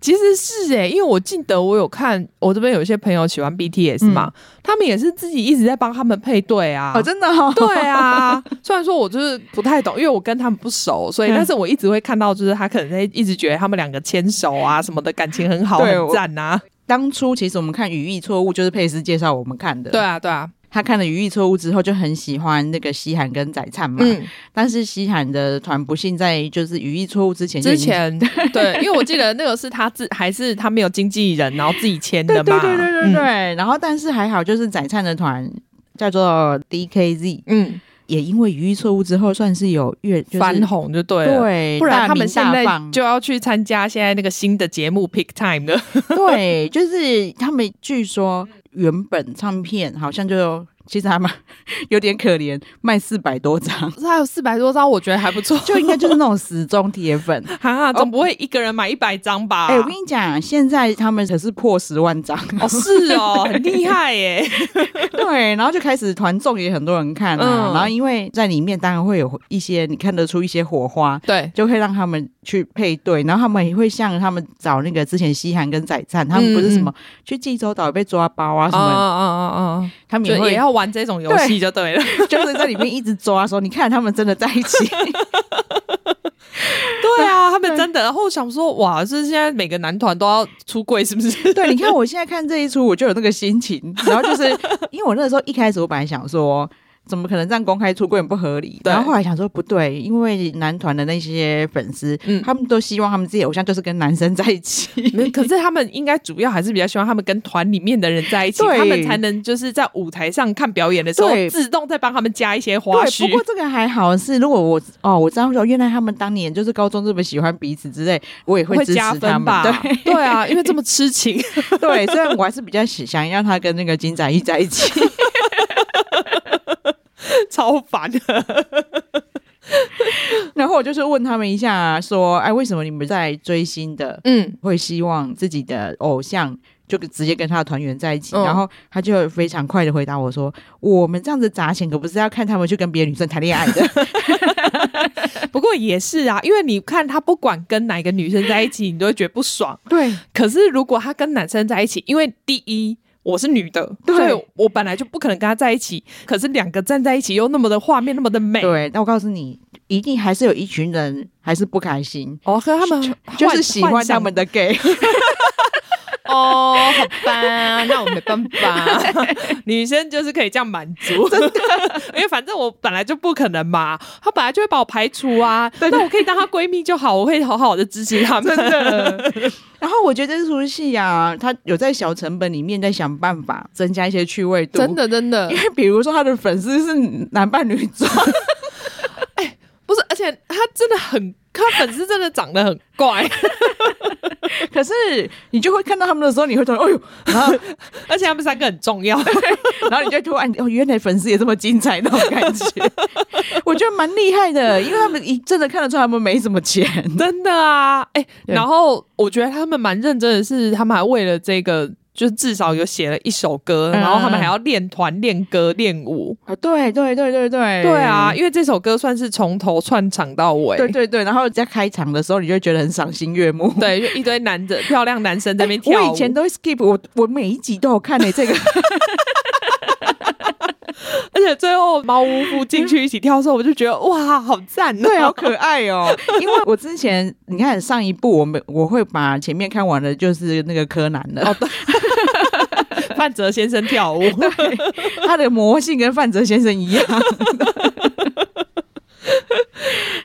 Speaker 2: 其实是诶、因为我记得我有看，我这边有一些朋友喜欢 BTS 嘛，他们也是自己一直在帮他们配对啊。
Speaker 1: 嗯哦，真的哦，
Speaker 2: 对啊，虽然说我就是不太懂，因为我跟他们不熟，所以
Speaker 1: 嗯
Speaker 2: 但是我一直会看到，就是他可能在一直觉得他们两个牵手啊什么的，感情很好，
Speaker 1: 对
Speaker 2: 很
Speaker 1: 我
Speaker 2: 赞啊。
Speaker 1: 当初其实我们看《语义错误》，就是佩斯介绍我们看的。
Speaker 2: 对，啊，对啊，
Speaker 1: 他看了《语义错误》之后，就很喜欢那个西韩跟宰灿嘛。
Speaker 2: 嗯，
Speaker 1: 但是西韩的团不幸在就是《语义错误》之前就已
Speaker 2: 之
Speaker 1: 经。
Speaker 2: 前对，因为我记得那个是他自还是他没有经纪人，然后自己签的
Speaker 1: 对
Speaker 2: 嘛，
Speaker 1: 对对对对对
Speaker 2: 嗯，
Speaker 1: 然后但是还好，就是宰灿的团叫做 DKZ，
Speaker 2: 嗯，
Speaker 1: 也因为《语义错误》之后算是有越就是
Speaker 2: 翻红就对了。
Speaker 1: 对，
Speaker 2: 不然他们现
Speaker 1: 大
Speaker 2: 在
Speaker 1: 名大放
Speaker 2: 就要去参加现在那个新的节目 Pick Time 了。
Speaker 1: 对，就是他们据说原本唱片好像就其实还蛮 有点可怜，卖四百多张。
Speaker 2: 他有四百多张，我觉得还不 错。
Speaker 1: 就应该就是那种死忠铁 粉，
Speaker 2: 哈，总不会一个人买一百张吧？
Speaker 1: 哦哎、我跟你讲，现在他们可是破十万 张，
Speaker 2: 哦，是哦，很厉害耶。
Speaker 1: 对，然后就开始团综也很多人看啊，
Speaker 2: 嗯
Speaker 1: 然后因为在里面当然会有一些你看得出一些火花，
Speaker 2: 对，
Speaker 1: 就会让他们去配对，然后他们也会像他们找那个之前西韩跟宰灿，他们
Speaker 2: 嗯
Speaker 1: 不是什么、去济州岛被抓包啊什
Speaker 2: 啊
Speaker 1: 么，
Speaker 2: 啊啊啊！
Speaker 1: 他们也
Speaker 2: 就
Speaker 1: 会
Speaker 2: 也要玩这种游戏就对了。
Speaker 1: 就是在里面一直抓说，你看他们真的在一起，
Speaker 2: 对 啊，他们真的。然后我想说，哇，这现在每个男团都要出柜是不 是？
Speaker 1: 对，哎你看我现在看这一出，我就有那个心情。然后就是因为我那个时候一开始，我本来想说。怎么可能这样公开出柜很不合理？
Speaker 2: 对
Speaker 1: 然后后来想说不对，因为男团的那些粉丝，
Speaker 2: 嗯
Speaker 1: 他们都希望他们自己的偶像就是跟男生在一起。
Speaker 2: 没可是他们应该主要还是比较希望他们跟团里面的人在一起，
Speaker 1: 对
Speaker 2: 他们才能就是在舞台上看表演的时候，
Speaker 1: 对
Speaker 2: 自动再帮他们加一些花
Speaker 1: 对，
Speaker 2: 絮
Speaker 1: 不。过这个还好是，如果我哦，我知道说原来他们当年就是高中这么喜欢彼此之类，我也会支持
Speaker 2: 加
Speaker 1: 他
Speaker 2: 分
Speaker 1: 们
Speaker 2: 吧。？
Speaker 1: 对
Speaker 2: 对啊，因为这么痴 情，
Speaker 1: 对，虽然我还是比较喜想让他跟那个金载玉在一起。
Speaker 2: 超烦的。
Speaker 1: 然后我就是问他们一下，说哎，为什么你们在追星的
Speaker 2: 嗯，
Speaker 1: 会希望自己的偶像就直接跟他的团员在一起，
Speaker 2: 嗯
Speaker 1: 然后他就非常快的回答我说：“我们这样子砸钱，可不是要看他们去跟别的女生谈恋爱 的。
Speaker 2: 不过也是啊，因为你看他不管跟哪个女生在一起，你都会觉得不爽。”
Speaker 1: 对
Speaker 2: 可是如果他跟男生在一起，因为第一我是女的，
Speaker 1: 对
Speaker 2: 所以我本来就不可能跟他在一起。可是两个站在一起又那么的画面那么的美，
Speaker 1: 对，但我告诉你，一定还是有一群人还是不开心，
Speaker 2: 哦，和他们
Speaker 1: 就是喜欢他们
Speaker 2: 的
Speaker 1: 的 gay。
Speaker 2: 哦，好吧，那我没办法， 女生就是可以这样满足，真的， 因为反正我本来就不可能嘛，她本来就会把我排除啊，那我可以当她闺蜜就好，我会好好的支持她们，真 的，
Speaker 1: 然后我觉得这出戏啊，他有在小成本里面在想办法增加一些趣味度，
Speaker 2: 真。的，真的
Speaker 1: 因，为比如说他的粉丝是男扮女 装，
Speaker 2: 不是，而且她真的很，她粉丝真的长得很怪。
Speaker 1: 可是你就会看到他们的时候，你会突然 哎呦，然后
Speaker 2: 而且他们三个很重要，
Speaker 1: 然后你就突然哦，原来粉丝也这么精彩那种感觉，我觉得蛮厉害的，因为他们一真的看得出来他们没什么钱。
Speaker 2: 真的啊！哎、
Speaker 1: 对
Speaker 2: 然后我觉得他们蛮认真的是，他们还为了这个就是至少有写了一首歌，
Speaker 1: 嗯
Speaker 2: 然后他们还要练团、练歌、练舞。
Speaker 1: 啊，对对对对对，
Speaker 2: 对啊，。因为这首歌算是从头串场到尾。
Speaker 1: 对对对，然后在开场的时候，你就会觉得很赏心悦目。
Speaker 2: 对，就一堆男的漂亮男生在那边跳舞。
Speaker 1: 哎我以前都会 skip，我我每一集都有看诶、欸 这个
Speaker 2: 而且最后猫屋夫进去一起跳的时候，我就觉得哇，好赞哦！
Speaker 1: 对，好可爱哦、因为我之前你看上一部，我们我会把前面看完的，就是那个柯南的，
Speaker 2: 范泽先生跳舞，
Speaker 1: 他的魔性跟范泽先生一样。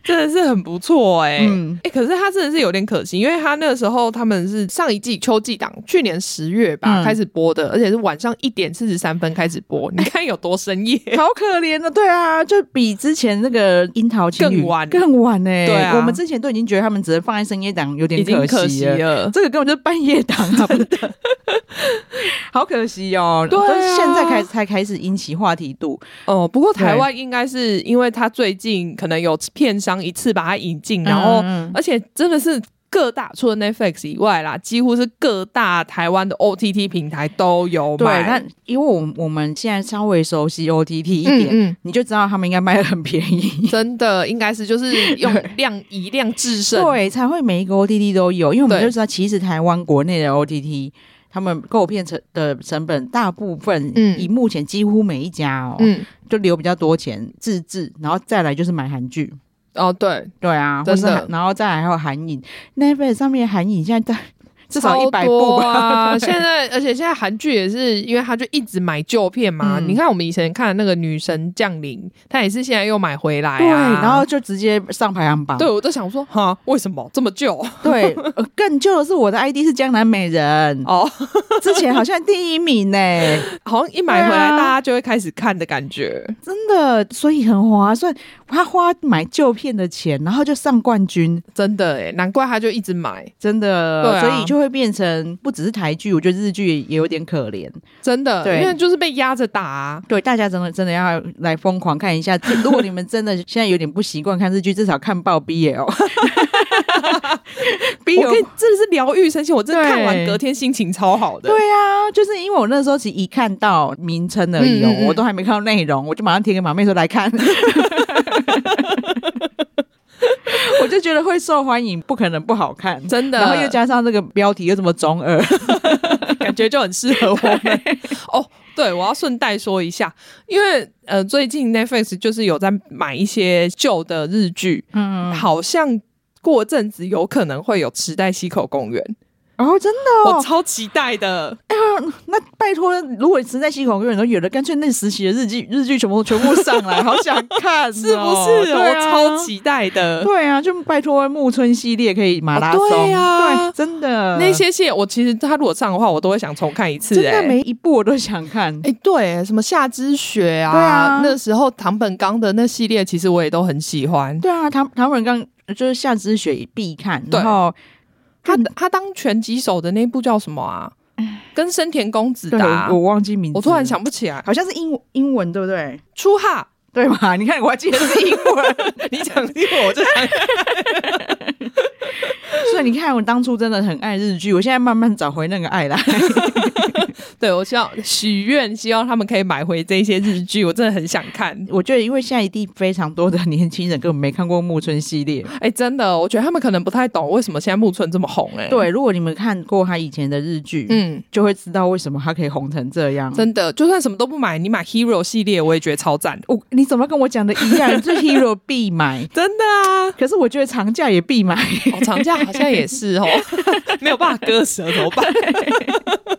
Speaker 2: 真的是很不错哎、
Speaker 1: 嗯
Speaker 2: 哎、可是他真的是有点可惜，因为他那个时候他们是上一季秋季档，去年十月吧、
Speaker 1: 嗯
Speaker 2: 开始播的，而且是晚上一点四十三分开始播，你哎看有多深夜。
Speaker 1: 好可怜的，对啊，就比之前那个樱桃情侣
Speaker 2: 更晚
Speaker 1: 更晚呢、
Speaker 2: 对啊
Speaker 1: 我们之前都已经觉得他们只能放在深夜档有点
Speaker 2: 已经可惜
Speaker 1: 惜了，
Speaker 2: 了，
Speaker 1: 这个根本就是半夜档 啊，真的， 好可惜哦。
Speaker 2: 对啊
Speaker 1: 就是现在开始才开始引起话题度，
Speaker 2: 哦、不过台湾应该是因为他最近可能有片商一次把它引进，然后、
Speaker 1: 嗯
Speaker 2: 而且真的是各大除了 Netflix 以外啦，几乎是各大台湾的 OTT 平台都有
Speaker 1: 对，
Speaker 2: 买。
Speaker 1: 但因为我们我们现在稍微熟悉 OTT 一点，
Speaker 2: 嗯
Speaker 1: 你就知道他们应该卖的很便宜
Speaker 2: 嗯，。真的应该是就是用量以量制胜。哦
Speaker 1: 对，才会每一个 OTT 都有，因为我们
Speaker 2: 对
Speaker 1: 就知道，其实台湾国内的 OTT，他们购片成的成本大部分，
Speaker 2: 嗯
Speaker 1: 以目前几乎每一家哦，
Speaker 2: 嗯，
Speaker 1: 就留比较多钱自制，然后再来就是买韩剧，
Speaker 2: 哦，对，
Speaker 1: 对啊，或
Speaker 2: 真
Speaker 1: 是
Speaker 2: 的
Speaker 1: 韩然后再来还有韩影，Netflix 上面韩影 现在大至少
Speaker 2: 超
Speaker 1: 一百部
Speaker 2: 多
Speaker 1: 吧，
Speaker 2: 啊！
Speaker 1: 对
Speaker 2: 现在，而且现在韩剧也是，因为他就一直买旧片嘛。
Speaker 1: 嗯
Speaker 2: 你看我们以前看的那个《女神降临》，他也是现在又买回来啊。
Speaker 1: 对，然后就直接上排行榜。
Speaker 2: 对我都想说，哈，为什么这么旧？
Speaker 1: 对，呃更旧的是我的 ID 是江南美 人，
Speaker 2: 哦，
Speaker 1: 之前好像第一名呢、
Speaker 2: 好像一买回来
Speaker 1: 对啊
Speaker 2: 大家就会开始看的感觉。
Speaker 1: 真的，所以很划算。他花买旧片的钱，然后就上冠军，
Speaker 2: 真的哎，难怪他就一直买，
Speaker 1: 真的，
Speaker 2: 对啊
Speaker 1: 所以就会变成不只是台剧，我觉得日剧也有点可怜。
Speaker 2: 真的，
Speaker 1: 对
Speaker 2: 因为就是被压着打、啊。
Speaker 1: 对，大家真的真的要来疯狂看一下。 如果你们真的现在有点不习惯看日剧，至少看爆 BL。
Speaker 2: 我跟
Speaker 1: BL
Speaker 2: 你真的是疗愈身心，我真的
Speaker 1: 对
Speaker 2: 看完隔天心情超好的。
Speaker 1: 对啊，就是因为我那时候其实一看到名称而已哦，
Speaker 2: 嗯嗯嗯
Speaker 1: 我都还没看到内容，我就马上贴给马妹说来 看。我就觉得会受欢迎，不可能不好看，
Speaker 2: 真的
Speaker 1: 然后又加上这个标题又这么中二，
Speaker 2: 感觉就很适合我们。哦，对，我要顺带说一下，因为呃，最近 Netflix 就是有在买一些旧的日剧，
Speaker 1: 嗯，
Speaker 2: 好像。过阵子有可能会有池袋西口公园，
Speaker 1: 哦，真的
Speaker 2: 我
Speaker 1: 哦，
Speaker 2: 超期待的。
Speaker 1: 那拜托，如果实在西口公园都有的，干脆那时期的日剧日剧全部全部上来，好想看、 哦，
Speaker 2: 是不是？
Speaker 1: 对
Speaker 2: 我
Speaker 1: 啊
Speaker 2: 超。期待的。
Speaker 1: 对啊，就拜托木村系列可以马拉松，
Speaker 2: 哦对啊
Speaker 1: 对真的
Speaker 2: 那些戏，我其实他如果上的话，我都会想重看一次、
Speaker 1: 真
Speaker 2: 欸。
Speaker 1: 的每一部我都想看。
Speaker 2: 哎、对，什么夏之雪啊，
Speaker 1: 对啊
Speaker 2: 那时候唐本刚的那系列，其实我也都很喜欢。
Speaker 1: 对啊，唐唐本刚就是夏之雪必看，
Speaker 2: 对
Speaker 1: 然后
Speaker 2: 他他当拳击手的那部叫什么啊？跟生田公子
Speaker 1: 对
Speaker 2: 的啊、
Speaker 1: 我忘记名字，
Speaker 2: 我突然，想不起来。
Speaker 1: 好像是英英文对不对？
Speaker 2: 出哈，
Speaker 1: 对吧？你看，我还记得是英文，
Speaker 2: 你讲英文我就想，
Speaker 1: 所以你看，我当初真的很爱日剧，我现在慢慢找回那个爱来。
Speaker 2: 对我希望许愿，希望他们可以买回这些日剧，我真的很想看。
Speaker 1: 我觉得，因为现在一定非常多的年轻人根本没看过木村系列。
Speaker 2: 哎、真的，我觉得他们可能不太懂为什么现在木村这么红、哎，，
Speaker 1: 对，如果你们看过他以前的日剧，
Speaker 2: 嗯，
Speaker 1: 就会知道为什么他可以红成这样。
Speaker 2: 真的，就算什么都不买，你买 Hero 系列，我也觉得超赞。
Speaker 1: 我哦你怎么跟我讲的一样？就是 Hero 必买，
Speaker 2: 真的啊，
Speaker 1: 可是我觉得长假也必买。
Speaker 2: 哦，长假好像也是哦， 没有办法割舌怎么办？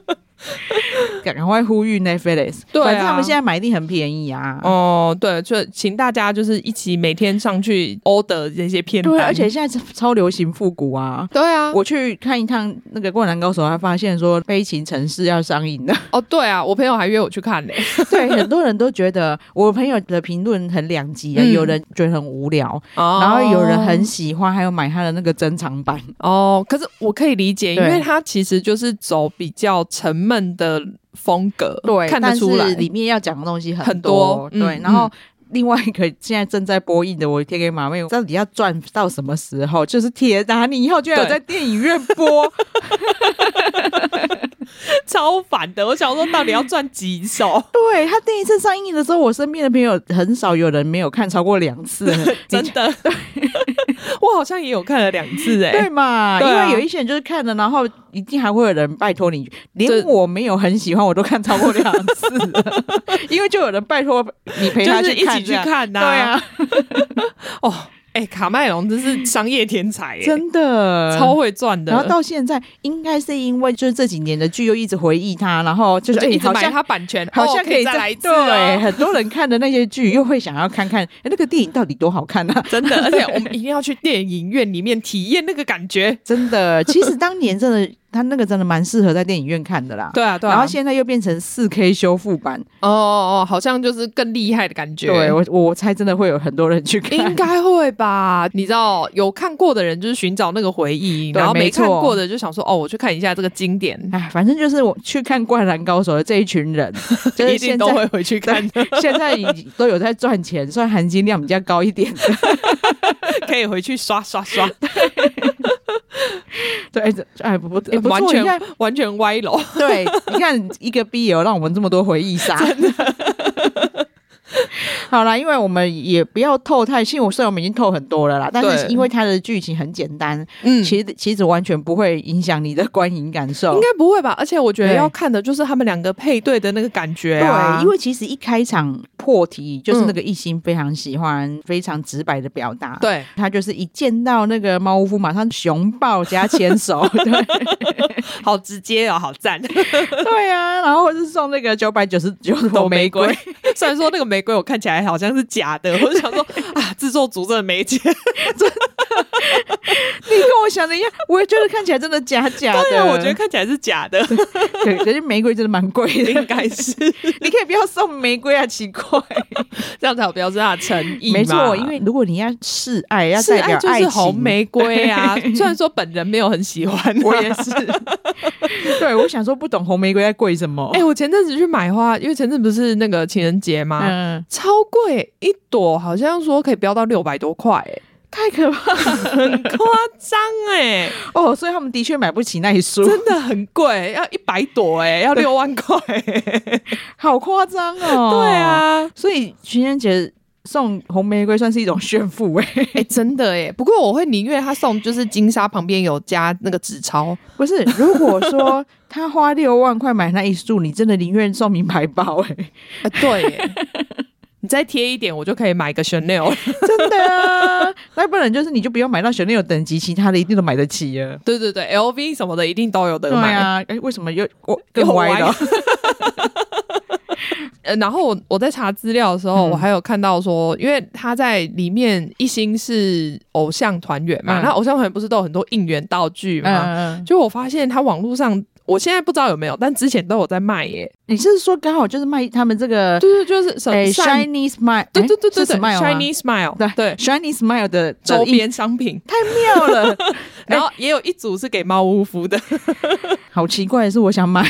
Speaker 1: 赶赶快呼吁 Netflix，
Speaker 2: 对啊
Speaker 1: 反正他们现在买一定很便宜啊。
Speaker 2: 哦，对，就请大家就是一起每天上去 order 这些片单，
Speaker 1: 对，啊而且现在超流行复古啊。
Speaker 2: 对啊，
Speaker 1: 我去看一趟那个《灌篮高手》，还发现说《悲情城市》要上映了。
Speaker 2: 哦对啊，我朋友还约我去看呢、
Speaker 1: 对， 很多人都觉得我朋友的评论很两极啊，
Speaker 2: 嗯
Speaker 1: 有人觉得很无聊，
Speaker 2: 哦
Speaker 1: 然后有人很喜欢，还有买他的那个珍藏版。
Speaker 2: 哦，可是我可以理解，因
Speaker 1: 对
Speaker 2: 为他其实就是走比较沉闷的风格， 看得
Speaker 1: 但
Speaker 2: 出来
Speaker 1: 是。 里面要讲的东西很
Speaker 2: 很多嗯
Speaker 1: 对，
Speaker 2: 嗯
Speaker 1: 然后。另外一个现在正在播映的，我贴给马妹，到底要赚到什么时候？就是《铁达尼号》居然有
Speaker 2: 对
Speaker 1: 在电影院播，
Speaker 2: 超烦的。我想说，到底要赚几 首？
Speaker 1: 对他第一次上映的时候，我身边的朋友很少有人没有看超过两次的，
Speaker 2: 真 的，我好像也有看了两次哎、
Speaker 1: 对嘛？
Speaker 2: 对啊
Speaker 1: 因为有一些人就是看了，然后一定还会有人拜托你，
Speaker 2: 对
Speaker 1: 连我没有很喜欢，我都看超过两 次了，因为就有人拜托你陪他
Speaker 2: 就是
Speaker 1: 去
Speaker 2: 一
Speaker 1: 看这
Speaker 2: 起去
Speaker 1: 样，
Speaker 2: 看呐、
Speaker 1: 对啊，
Speaker 2: 哦，哎、卡麦隆真是商业天才、欸，
Speaker 1: 真的
Speaker 2: 超。会赚的。
Speaker 1: 然后到现在，应该是因为就是这几年的剧又一直回忆他，然后就是
Speaker 2: 就
Speaker 1: 哎
Speaker 2: 一直
Speaker 1: 好
Speaker 2: 买
Speaker 1: 像
Speaker 2: 他版权，
Speaker 1: 好
Speaker 2: 哦
Speaker 1: 像
Speaker 2: 可
Speaker 1: 以
Speaker 2: 再来一次、哦。
Speaker 1: 对，很多人看的那些剧又会想要看看，哎，那个电影到底多好看啊！
Speaker 2: 真的，而且我们一定要去电影院里面体验那个感觉。
Speaker 1: 真 的，其实当年真的，他那个真的蛮适合在电影院看的啦。
Speaker 2: 对啊，对啊。
Speaker 1: 然后现在又变成四 K 修复版，
Speaker 2: 哦哦哦，好像就是更厉害的感觉。
Speaker 1: 对我我猜真的会有很多人去
Speaker 2: 应
Speaker 1: 看。
Speaker 2: 该会吧？你知道有看过的人就是寻找那个回忆，
Speaker 1: 对
Speaker 2: 然后没
Speaker 1: 没错
Speaker 2: 看过的就想说哦，我去看一下这个经 典，
Speaker 1: 哎，反正就是我去看《灌篮高手》的这一群 人，就是
Speaker 2: 一定
Speaker 1: 现
Speaker 2: 都会
Speaker 1: 在
Speaker 2: 回去 看，
Speaker 1: 现在已经都有在赚钱，算含金量比较高一点。
Speaker 2: 可以回去刷刷 刷，
Speaker 1: 对，这哎不不哎不
Speaker 2: 完
Speaker 1: 错，你
Speaker 2: 全
Speaker 1: 看，
Speaker 2: 完全歪楼。
Speaker 1: 对，你看一个 BL 让我们这么多回忆杀。 好啦，因为我们也不要透太细，我虽然我们已经透很多了啦，但是
Speaker 2: 对
Speaker 1: 因为它的剧情很简单，
Speaker 2: 嗯
Speaker 1: 其实其实完全不会影响你的观影感受
Speaker 2: 应。该不会吧？而且我觉得
Speaker 1: 对
Speaker 2: 要看的就是他们两个配对的那个感觉啊，
Speaker 1: 对，因为其实一开场破题就是那个一心非常喜欢、非常直白的表达。，
Speaker 2: 对，
Speaker 1: 他就是一见到那个猫夫，马上熊抱加牵 手。对
Speaker 2: 好直接哦，好赞。
Speaker 1: 对啊，然后或是送那个九百九十九朵玫 瑰。，
Speaker 2: 虽然说那个玫瑰我看起来好像是假的，我就想说啊，制作组真的没钱，
Speaker 1: 你跟我想的一样，我也觉得看起来真的假假的。
Speaker 2: 对啊，我觉得看起来是假 的，
Speaker 1: 对，可是玫瑰真的蛮贵的，
Speaker 2: 应该是
Speaker 1: 你可以不要送玫瑰啊，奇 怪。
Speaker 2: 这样才有表示他的诚意嘛。
Speaker 1: 没错，因为如果你要示爱，要
Speaker 2: 是
Speaker 1: 代
Speaker 2: 爱
Speaker 1: 表
Speaker 2: 就
Speaker 1: 爱
Speaker 2: 是
Speaker 1: 情，
Speaker 2: 红玫瑰 啊，虽然说本人没有很喜欢、啊
Speaker 1: 我也是。对，我想说不懂红玫瑰在贵什么。
Speaker 2: 哎、我前阵子去买花，因为前阵子不是那个情人节吗？
Speaker 1: 嗯，
Speaker 2: 超贵，一朵好像说可以飙到六百多块、哎，
Speaker 1: 太可怕
Speaker 2: 很夸张哎，
Speaker 1: 哦！所以他们的确买不起那一束，
Speaker 2: 真的很贵，要一百朵哎、要六万块、
Speaker 1: 好夸张哦！
Speaker 2: 对，啊，
Speaker 1: 所以情人节送红玫瑰算是一种炫富哎、
Speaker 2: 哎、真的哎，不过我会宁愿他送，就是金沙旁边有加那个纸钞，
Speaker 1: 不是，如果说他花六万块买那一束，你真的宁愿送名牌包哎、
Speaker 2: 哎、对 耶，你再贴一点，我就可以买一个 Chanel 了。
Speaker 1: 真的啊， 那不然就是你就不要买到 Chanel 等级，其他的一定都买得起啊。
Speaker 2: 对对对，LV 什么的一定都有得
Speaker 1: 对
Speaker 2: 买。
Speaker 1: 啊，哎、为什么又我
Speaker 2: 又
Speaker 1: 更歪
Speaker 2: 歪
Speaker 1: 了？
Speaker 2: 呃，然后我我在查资料的时候，
Speaker 1: 嗯
Speaker 2: 我还有看到说，因为他在里面一心是偶像团员嘛，
Speaker 1: 嗯
Speaker 2: 那偶像团员不是都有很多应援道具嘛？
Speaker 1: 嗯，
Speaker 2: 就我发现他网络上，我现在不知道有没有，但之前都有在卖耶。
Speaker 1: 你是说刚好就是卖他们这个
Speaker 2: 对对，就是什
Speaker 1: 哎、
Speaker 2: 么
Speaker 1: s h
Speaker 2: 善
Speaker 1: i n y Smile，哎
Speaker 2: 对对对对对
Speaker 1: 是 Smile 吗
Speaker 2: ，Shiny Smile，
Speaker 1: 对
Speaker 2: 对
Speaker 1: Shiny Smile 的
Speaker 2: 周
Speaker 1: 的一哎
Speaker 2: 边商品。
Speaker 1: 太妙了，
Speaker 2: 然后也有一组是给猫屋服的，
Speaker 1: 好奇怪的是，我想买，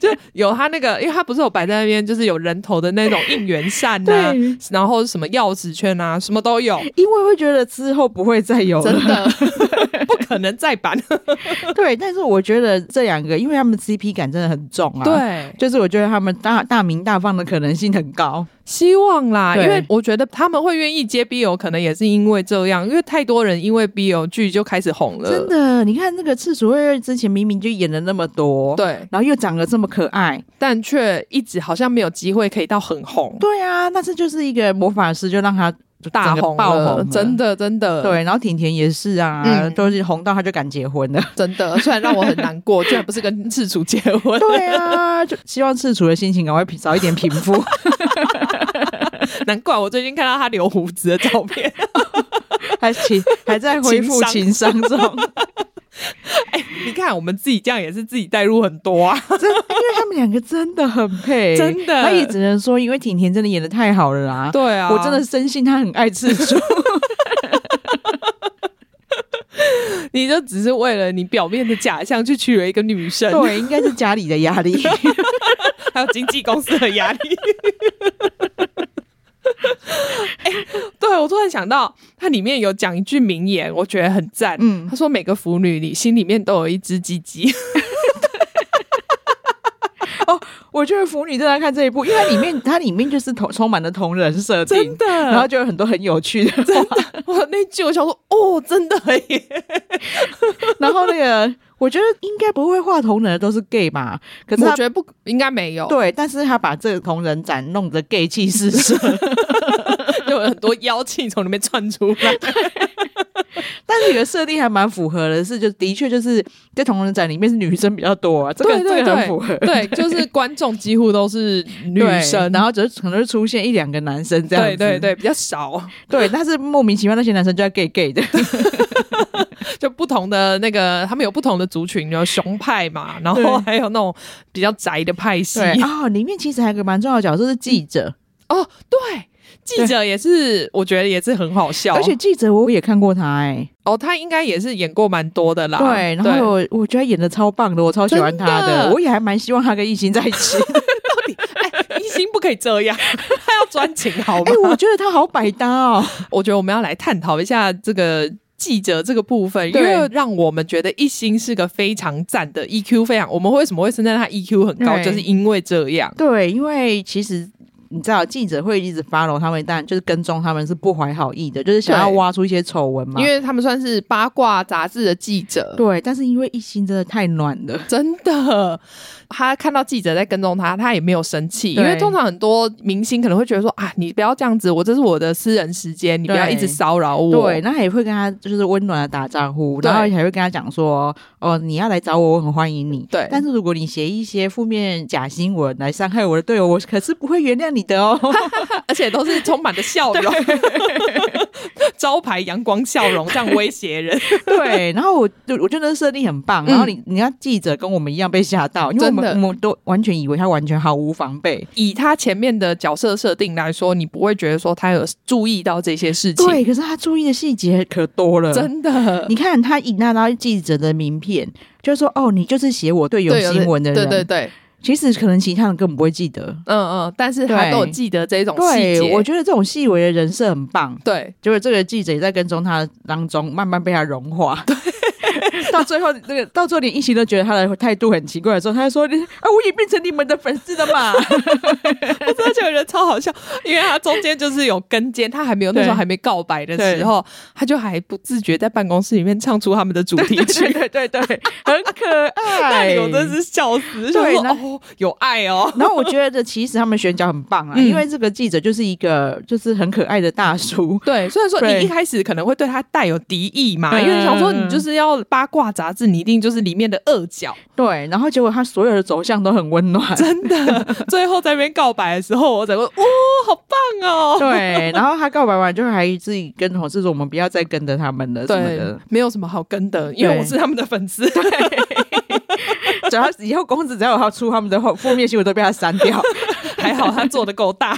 Speaker 2: 就有他那个，因为他不是有摆在那边，就是有人头的那种应援扇 啊
Speaker 1: 对，
Speaker 2: 然后什么钥匙圈啊，什么都有，
Speaker 1: 因为会觉得之后不会再有了。
Speaker 2: 真的哦 不可能再版。
Speaker 1: 对，但是我觉得这两个，因为他们 CP 感真的很重啊。。
Speaker 2: 对，
Speaker 1: 就是我觉得他们大大名大放的可能性很高，
Speaker 2: 希望啦，因
Speaker 1: 对
Speaker 2: 为我觉得他们会愿意接 BL，可能也是因为这样，因为太多人因为 BL 剧就开始红了，
Speaker 1: 真，的。呃你看那个赤楚卫二之前明明就演了那么多，，
Speaker 2: 对，
Speaker 1: 然后又长得这么可爱，
Speaker 2: 但却一直好像没有机会可以到很红，
Speaker 1: 对啊，那这就是一个魔法师就让他就
Speaker 2: 大
Speaker 1: 整个
Speaker 2: 红
Speaker 1: 爆
Speaker 2: 了
Speaker 1: 红，
Speaker 2: 真。的真的，
Speaker 1: 对，然后甜甜也是啊，
Speaker 2: 嗯
Speaker 1: 都是红到他就敢结婚了。
Speaker 2: 真的，虽然让我很难 过，居然不是跟赤楚结婚，
Speaker 1: 对啊，就希望赤楚的心情赶快平早一点平复。
Speaker 2: 难怪我最近看到他留胡子的照 片。
Speaker 1: 还情还在恢复情
Speaker 2: 情
Speaker 1: 商中，
Speaker 2: 哎、你看我们自己这样也是自己带入很多啊，
Speaker 1: 真因为他们两个真的很配，
Speaker 2: 真的
Speaker 1: 他也只能说，因为甜甜真的演的太好了啦。
Speaker 2: 对啊
Speaker 1: 我真的深信他很爱吃醋，
Speaker 2: 你就只是为了你表面的假象去娶了一个女生，
Speaker 1: 对，应该是家里的压力。
Speaker 2: 还有经纪公司的压力。哎、对我突然想到，它里面有讲一句名言，我觉得很赞。
Speaker 1: 嗯
Speaker 2: 他说每个腐女里心里面都有一只鸡鸡，
Speaker 1: 我觉得腐女正在看这一部，因为它里面它里面就是同充满了同人设定
Speaker 2: 真，的。
Speaker 1: 然后就有很多很有趣的话。
Speaker 2: 我那句我想说，哦，真的耶，
Speaker 1: 然后那个我觉得应该不会画同人的都是 gay 吧，可是
Speaker 2: 我
Speaker 1: 他
Speaker 2: 觉得不应该没有，
Speaker 1: 对，但是他把这个同人展弄得 gay 气四射。
Speaker 2: 就有很多妖气从里面窜出来。
Speaker 1: 但是有个设定还蛮符合的是，就的确就是在同人展里面是女生比较多啊，这个
Speaker 2: 对对
Speaker 1: 这个
Speaker 2: 对
Speaker 1: 很符合。
Speaker 2: 对，就是观众几乎都是女
Speaker 1: 对
Speaker 2: 生，
Speaker 1: 然后只是可能会出现一两个男生这样
Speaker 2: 对
Speaker 1: 子，
Speaker 2: 对对，比较少，
Speaker 1: 对，但是莫名其妙那些男生就在 gay gay 的，
Speaker 2: 就不同的那个，他们有不同的族群，有熊派嘛，然后
Speaker 1: 对
Speaker 2: 还有那种比较宅的派系。
Speaker 1: 对 嗯啊、哦，里面其实还有个蛮重要的角色是记者，
Speaker 2: 哦，对，记者也是，我觉得也是很好笑，
Speaker 1: 而且记者我也看过他哎、
Speaker 2: 哦，他应该也是演过蛮多的啦。
Speaker 1: 对，然后我我觉得演的超棒的，我超喜欢他
Speaker 2: 真
Speaker 1: 的，
Speaker 2: 的
Speaker 1: 我也还蛮希望他跟艺兴在一 起。
Speaker 2: 哎，一心不可以这样， 他要专情好吗？
Speaker 1: 哎、我觉得他好百搭哦，
Speaker 2: 我觉得我们要来探讨一下这个。记者这个部分，因
Speaker 1: 对
Speaker 2: 为让我们觉得一心是个非常赞的 EQ，非常我们为什么会称赞他 EQ 很高，
Speaker 1: 对
Speaker 2: 就是因为这样。
Speaker 1: 对，因为其实。你知道记者会一直 follow 他们，但就是跟踪他们是不怀好意的，就是想要
Speaker 2: 对
Speaker 1: 挖出一些丑闻嘛。
Speaker 2: 因为他们算是八卦杂志的记者，
Speaker 1: 对，但是因为艺兴真的太暖了，
Speaker 2: 真的，他看到记者在跟踪他，他也没有生气，因
Speaker 1: 对
Speaker 2: 为通常很多明星可能会觉得说啊，你不要这样子，我这是我的私人时间，你不要
Speaker 1: 对
Speaker 2: 一直骚扰我。
Speaker 1: 对，那也会跟他就是温暖的打招呼，
Speaker 2: 哦对
Speaker 1: 然后也会跟他讲说，哦，你要来找我，我很欢迎你。
Speaker 2: 对
Speaker 1: 但是如果你写一些负面假新闻来伤害我的队友，我可是不会原谅你的 哦。
Speaker 2: 而且都是充满着笑容， 招牌阳光笑容，这样威胁人。
Speaker 1: 对，然后我就我觉得那设定很棒，然后你你要记者跟我们一样被吓到，因为我
Speaker 2: 嗯真
Speaker 1: 们
Speaker 2: 的
Speaker 1: 我们都完全以为他完全毫无防备。
Speaker 2: 以他前面的角色设定来说，你不会觉得说他有注意到这些事情，嗯
Speaker 1: 对，可是他注意的细节可多了，
Speaker 2: 真的。
Speaker 1: 你看他一拿到记者的名片，就说哦，你就是写我队友
Speaker 2: 对有
Speaker 1: 新闻的人。
Speaker 2: 对对对，
Speaker 1: 其实可能其他人根本不会记得。
Speaker 2: 嗯嗯，但是他
Speaker 1: 对
Speaker 2: 都有记得这种细
Speaker 1: 对，
Speaker 2: 节，
Speaker 1: 我觉得这种细微的人设很棒。
Speaker 2: 对，
Speaker 1: 结果这个记者也在跟踪他当中，慢慢被他融 化。 到最后，那个到最后连一心都觉得他的态度很奇怪的时候，他就说：“啊，我也变成你们的粉丝了 嘛
Speaker 2: 我 真的觉得超好笑，因为他中间就是有跟监，他还没有那时候
Speaker 1: 对
Speaker 2: 还没告白的时候，他就还不自觉在办公室里面唱出他们的主！”题
Speaker 1: 对
Speaker 2: 曲，
Speaker 1: 对对对，很 可
Speaker 2: 那
Speaker 1: 爱。
Speaker 2: 里我真是笑死，就
Speaker 1: 对
Speaker 2: 说
Speaker 1: 那
Speaker 2: 哦，有爱 哦，
Speaker 1: 然后我觉得其实他们选角很棒啊，
Speaker 2: 嗯
Speaker 1: 因为这个记者就是一个就是很可爱的大叔，
Speaker 2: 对，虽然说
Speaker 1: 对
Speaker 2: 你一开始可能会对他带有敌意嘛，
Speaker 1: 嗯
Speaker 2: 因为想说你就是要八卦杂志，你一定就是里面的恶角。
Speaker 1: 对，然后结果他所有的走向都很温暖，
Speaker 2: 真的， 最后在那边告白的时候，我整个哇、好棒哦！
Speaker 1: 对，然后他告白完就还自己跟同事说：“我们不要再跟着他们了什么的。
Speaker 2: 没有什么好跟的，因为
Speaker 1: 对
Speaker 2: 我是他们的粉丝。”
Speaker 1: 只要以后公子只要有他出他们的后负面新闻都被他删 掉。
Speaker 2: 还好他做的够大，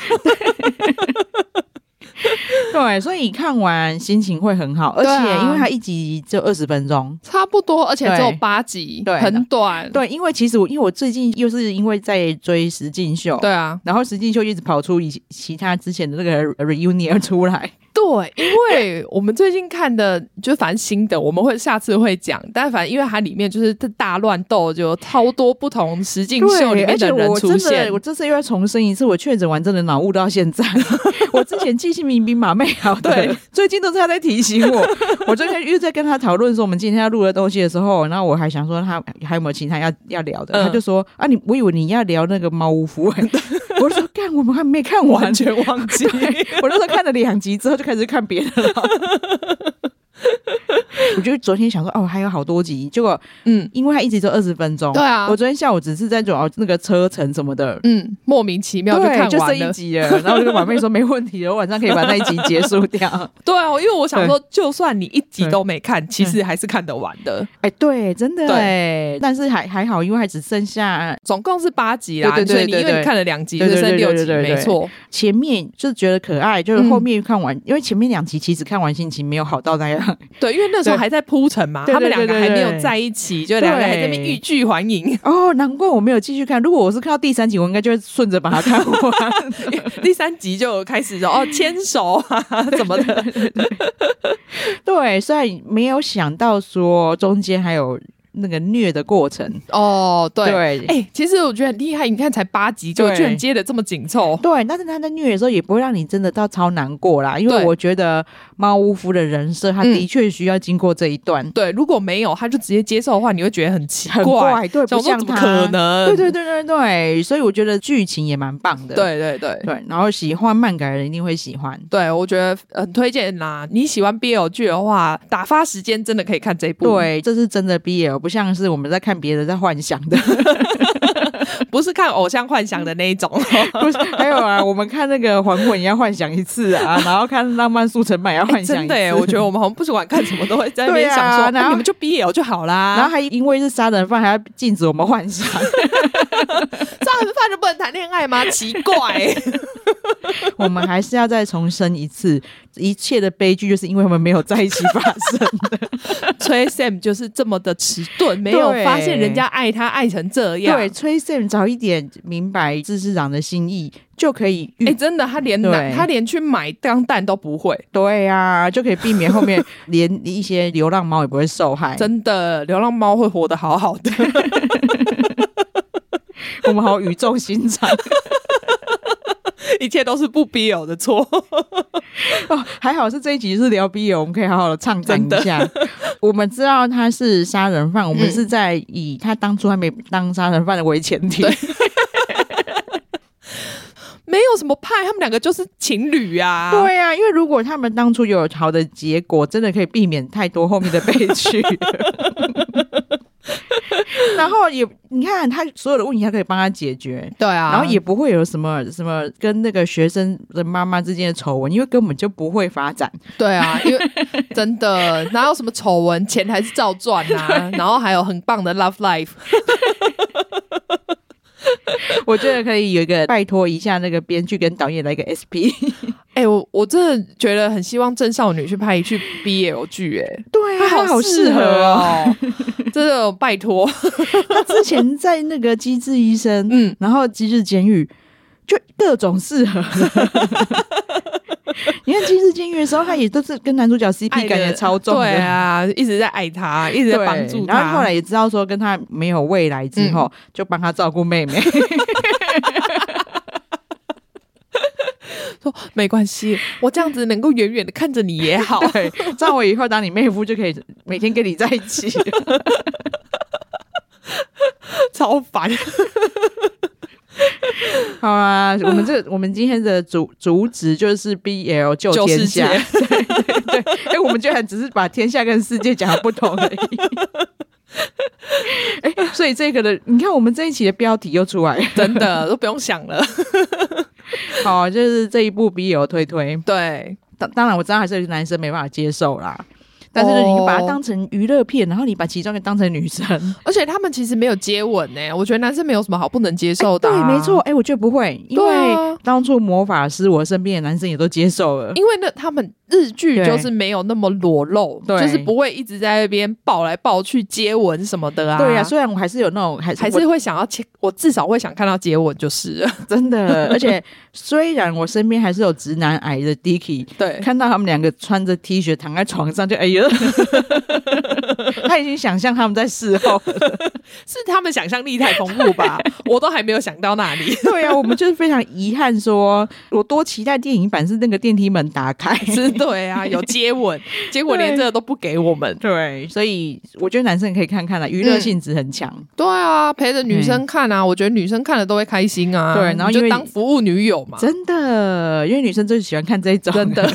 Speaker 1: 对，所以看完心情会很好，而
Speaker 2: 对啊
Speaker 1: 且因为他一集只有二十分钟。
Speaker 2: 差不多，而且
Speaker 1: 对
Speaker 2: 只有八集，
Speaker 1: 对
Speaker 2: 很短。
Speaker 1: 对，因为其实我因为我最近又是因为在追石进秀，
Speaker 2: 对啊，
Speaker 1: 然后石进秀一直跑出以其他之前的那个 reunion 出来，
Speaker 2: 对，因为我们最近看的，就反正新的，我们会下次会讲。但反正因为它里面就是大乱斗，就有超多不同实境秀里
Speaker 1: 对而
Speaker 2: 面
Speaker 1: 且
Speaker 2: 的人
Speaker 1: 我
Speaker 2: 出
Speaker 1: 真
Speaker 2: 现
Speaker 1: 的，我。这次又要重申一次，我确诊完真的脑雾到现在。 我之前记性明明马妹好的，
Speaker 2: 对，
Speaker 1: 最近都是他在提醒我。我昨天又在跟他讨论说我们今天要录的东西的时候，然后我还想说他还有没有其他要要聊的，
Speaker 2: 嗯
Speaker 1: 他就说啊你，我以为你要聊那个猫屋夫、欸，我就说干，我们还没看完
Speaker 2: 完。全忘记，
Speaker 1: 我那时候看了两集之后就开始看别的了。 我就昨天想说哦，还有好多集，结果
Speaker 2: 嗯
Speaker 1: 因为他一集只有二十分钟，
Speaker 2: 对啊
Speaker 1: 我昨天下午只是在找那个车程什么的，
Speaker 2: 嗯，莫名其妙就
Speaker 1: 对，
Speaker 2: 看
Speaker 1: 就
Speaker 2: 完
Speaker 1: 剩一
Speaker 2: 了。
Speaker 1: 集 了。然后我就跟婉妹说没问题了，我晚上可以把那一集结束掉。
Speaker 2: 对啊，因为我
Speaker 1: 嗯
Speaker 2: 想说，就算你一集都没看，其实还是看得完的。
Speaker 1: 哎，对，真的
Speaker 2: 对
Speaker 1: 哎，但是还还好，因为还只剩下
Speaker 2: 总共是八集啦，
Speaker 1: 对对对
Speaker 2: 所以你
Speaker 1: 对
Speaker 2: 因
Speaker 1: 对
Speaker 2: 为你看了两集，就
Speaker 1: 对对
Speaker 2: 剩六集，
Speaker 1: 对对对对
Speaker 2: 没错。
Speaker 1: 前面就觉得可爱，就是
Speaker 2: 嗯
Speaker 1: 后面看完，因为前面两集其实看完心情没有好到那样。
Speaker 2: 对，因为那时候
Speaker 1: 对
Speaker 2: 还在铺陈嘛，
Speaker 1: 对对
Speaker 2: 他们两个
Speaker 1: 对对
Speaker 2: 还没
Speaker 1: 对
Speaker 2: 有在一起，就两个
Speaker 1: 对
Speaker 2: 还在那边欲拒还迎。
Speaker 1: 哦，难怪我没有继续看。如果我是看到第三集，我应该就会顺着把它看 完。
Speaker 2: 第三集就有开始说哦，牵手啊怎么的，
Speaker 1: 对，虽然没有想到说中间还有那个虐的过程。
Speaker 2: 哦，对，
Speaker 1: 对
Speaker 2: 哎、其实我觉得很厉害，你看才八集就
Speaker 1: 对
Speaker 2: 居然接的这么紧凑，
Speaker 1: 对，但是他在虐的时候也不会让你真的到超难过啦，因为
Speaker 2: 对
Speaker 1: 我觉得猫屋夫的人设，他
Speaker 2: 嗯
Speaker 1: 的确需要经过这一段，
Speaker 2: 对，如果没有他就直接接受的话，你会觉得很奇
Speaker 1: 很
Speaker 2: 怪，
Speaker 1: 怪，对，
Speaker 2: 想
Speaker 1: 不
Speaker 2: 说
Speaker 1: 像
Speaker 2: 怎么
Speaker 1: 他，
Speaker 2: 可能？
Speaker 1: 对对对对对，所以我觉得剧情也蛮棒的，
Speaker 2: 对对对
Speaker 1: 对，然后喜欢漫改的人一定会喜欢，
Speaker 2: 对，我觉得很推荐啦。你喜欢 BL 剧的话，打发时间真的可以看这一部。，
Speaker 1: 对，这是真的 BL，不像是我们在看别的在幻想的，
Speaker 2: 不是看 偶像幻想的那一种。
Speaker 1: 不是还有啊，我们看那个《还魂》也要幻想一次啊，然后看《浪漫速成版》也要
Speaker 2: 哎
Speaker 1: 幻想
Speaker 2: 真
Speaker 1: 一次，
Speaker 2: 的 耶，我觉得我们好像不管看什么都会在那边
Speaker 1: 对啊
Speaker 2: 想说，那、
Speaker 1: 然后
Speaker 2: 你们就 BL 就好
Speaker 1: 然后
Speaker 2: 啦。
Speaker 1: 还因为是杀人犯，还要禁止我们幻想，
Speaker 2: 这样很怕就不能谈恋爱吗？奇怪、
Speaker 1: 我们还是要再重申一次，一切的悲剧就是因为我们没有在一起发生。
Speaker 2: 崔 Sam 就是这么的迟钝，没有
Speaker 1: 对
Speaker 2: 发现人家爱他爱成这 样。
Speaker 1: 对，崔 Sam 早一点明白自市长的心意，就可以预、
Speaker 2: 哎、真的，他连
Speaker 1: 对
Speaker 2: 拿他连去买钢蛋都不会，
Speaker 1: 对啊，就可以避免后面连一些流浪猫也不会受害。
Speaker 2: 真的，流浪猫会活得好好的。
Speaker 1: 我们好语重心长
Speaker 2: 一切都是不 BL 的 错。
Speaker 1: 哦，还好是这一集是聊 BL，我们可以好好的畅谈一下。我们知道他是杀人犯，我们
Speaker 2: 嗯
Speaker 1: 是在以他当初还没当杀人犯的为前 提。
Speaker 2: 没有什么派，他们两个就是情侣啊。，
Speaker 1: 对啊，因为如果他们当初有好的结果，真的可以避免太多后面的悲剧。然后也，你看他所有的问题，他可以帮他解决，
Speaker 2: 对啊
Speaker 1: 然后也不会有什么什么跟那个学生的妈妈之间的丑闻，因为根本就不会发展。
Speaker 2: 对啊，因 为真的哪有什么丑闻，钱还是照赚 啊。然后还有很棒的 love life，
Speaker 1: 我觉得可以有一个拜托一下那个编剧跟导演来一个 SP。
Speaker 2: 哎、我我真的觉得很希望郑少女去拍一句 BL 剧、哎，
Speaker 1: 对啊，
Speaker 2: 她
Speaker 1: 好适合哦。
Speaker 2: 哦，真的拜托，
Speaker 1: 他之前在那个《机智医生》，
Speaker 2: 嗯，
Speaker 1: 然后《机智监狱》就各种适 合。你看《机智监狱》的时候，他也都是跟男主角 CP 感也超重的，
Speaker 2: 对啊，一直在爱她，一直
Speaker 1: 对，
Speaker 2: 在帮助嗯她。
Speaker 1: 然后后来也知道说跟他没有未来之后，就帮他照顾 妹妹。
Speaker 2: 说没关系，我这样子能够远远的看着你也 好。
Speaker 1: 对，这样我以后当你妹夫就可以每天跟你在一 起。
Speaker 2: 超烦。
Speaker 1: 好啊，我们这我们今天的主主旨就是 BL 救
Speaker 2: 救
Speaker 1: 天
Speaker 2: 世
Speaker 1: 下
Speaker 2: 界。
Speaker 1: 对对对，哎、我们居然只是把天下跟世界讲的不同而已。 哎、所以这个的，你看我们这一期的标题又出来了，
Speaker 2: 真的都不用想了。
Speaker 1: 好啊，就是这一部 BL 推推。
Speaker 2: 对，
Speaker 1: 当当然我知道还是有男生没办法接受啦，但是你把它当成娱乐片，然后你把其中一个当成女生，
Speaker 2: 而且他们其实没有接吻呢、我觉得男生没有什么好不能接受的、
Speaker 1: 对，
Speaker 2: 啊
Speaker 1: 没错，。哎、我觉得不会，因
Speaker 2: 对
Speaker 1: 为
Speaker 2: 啊
Speaker 1: 当初魔法师我身边的男生也都接受了。
Speaker 2: 因为那他们日剧
Speaker 1: 对
Speaker 2: 就是没有那么裸露，
Speaker 1: 对
Speaker 2: 就是不会一直在那边抱来抱去接吻什么的啊。
Speaker 1: 对呀、虽然我还是有那种，还是
Speaker 2: 还是会想要接，我至少会想看到接吻就是了。
Speaker 1: 真 的，而且虽然我身边还是有直男癌的 Dicky，
Speaker 2: 对，
Speaker 1: 看到他们两个穿着 T 恤躺在床上就哎呀，他已经想象他们在事后。
Speaker 2: 是他们想象力太丰富 吧？我都还没有想到那里。
Speaker 1: 对啊，我们就是非常遗憾说，我多期待电影版是那个电梯门打开。
Speaker 2: 是，对啊，有接吻，结果连
Speaker 1: 对
Speaker 2: 这个都不给我们。
Speaker 1: 对，所以我觉得男生也可以看看啦，娱乐性质很强。
Speaker 2: 对啊，陪着女生看啊，我觉得女生看了都会开心啊。
Speaker 1: 对然后
Speaker 2: 你
Speaker 1: 因为
Speaker 2: 就当服务女友嘛。
Speaker 1: 真的，因为女生最喜欢看这一种。
Speaker 2: 真 的，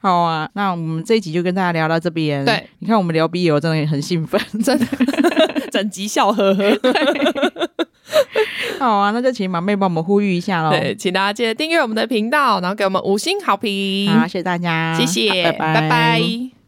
Speaker 1: 好啊，那我们这一集就跟大家聊到这边。
Speaker 2: 对，
Speaker 1: 你看我们聊 BL 真的也很兴奋。
Speaker 2: 真的，整集笑呵呵。
Speaker 1: 好啊，那就请马妹帮我们呼吁一下喽。
Speaker 2: 对，请大家记得订阅我们的频道，然后给我们五星好评，
Speaker 1: 啊好，谢谢大家，
Speaker 2: 谢谢，
Speaker 1: 好拜拜
Speaker 2: 拜拜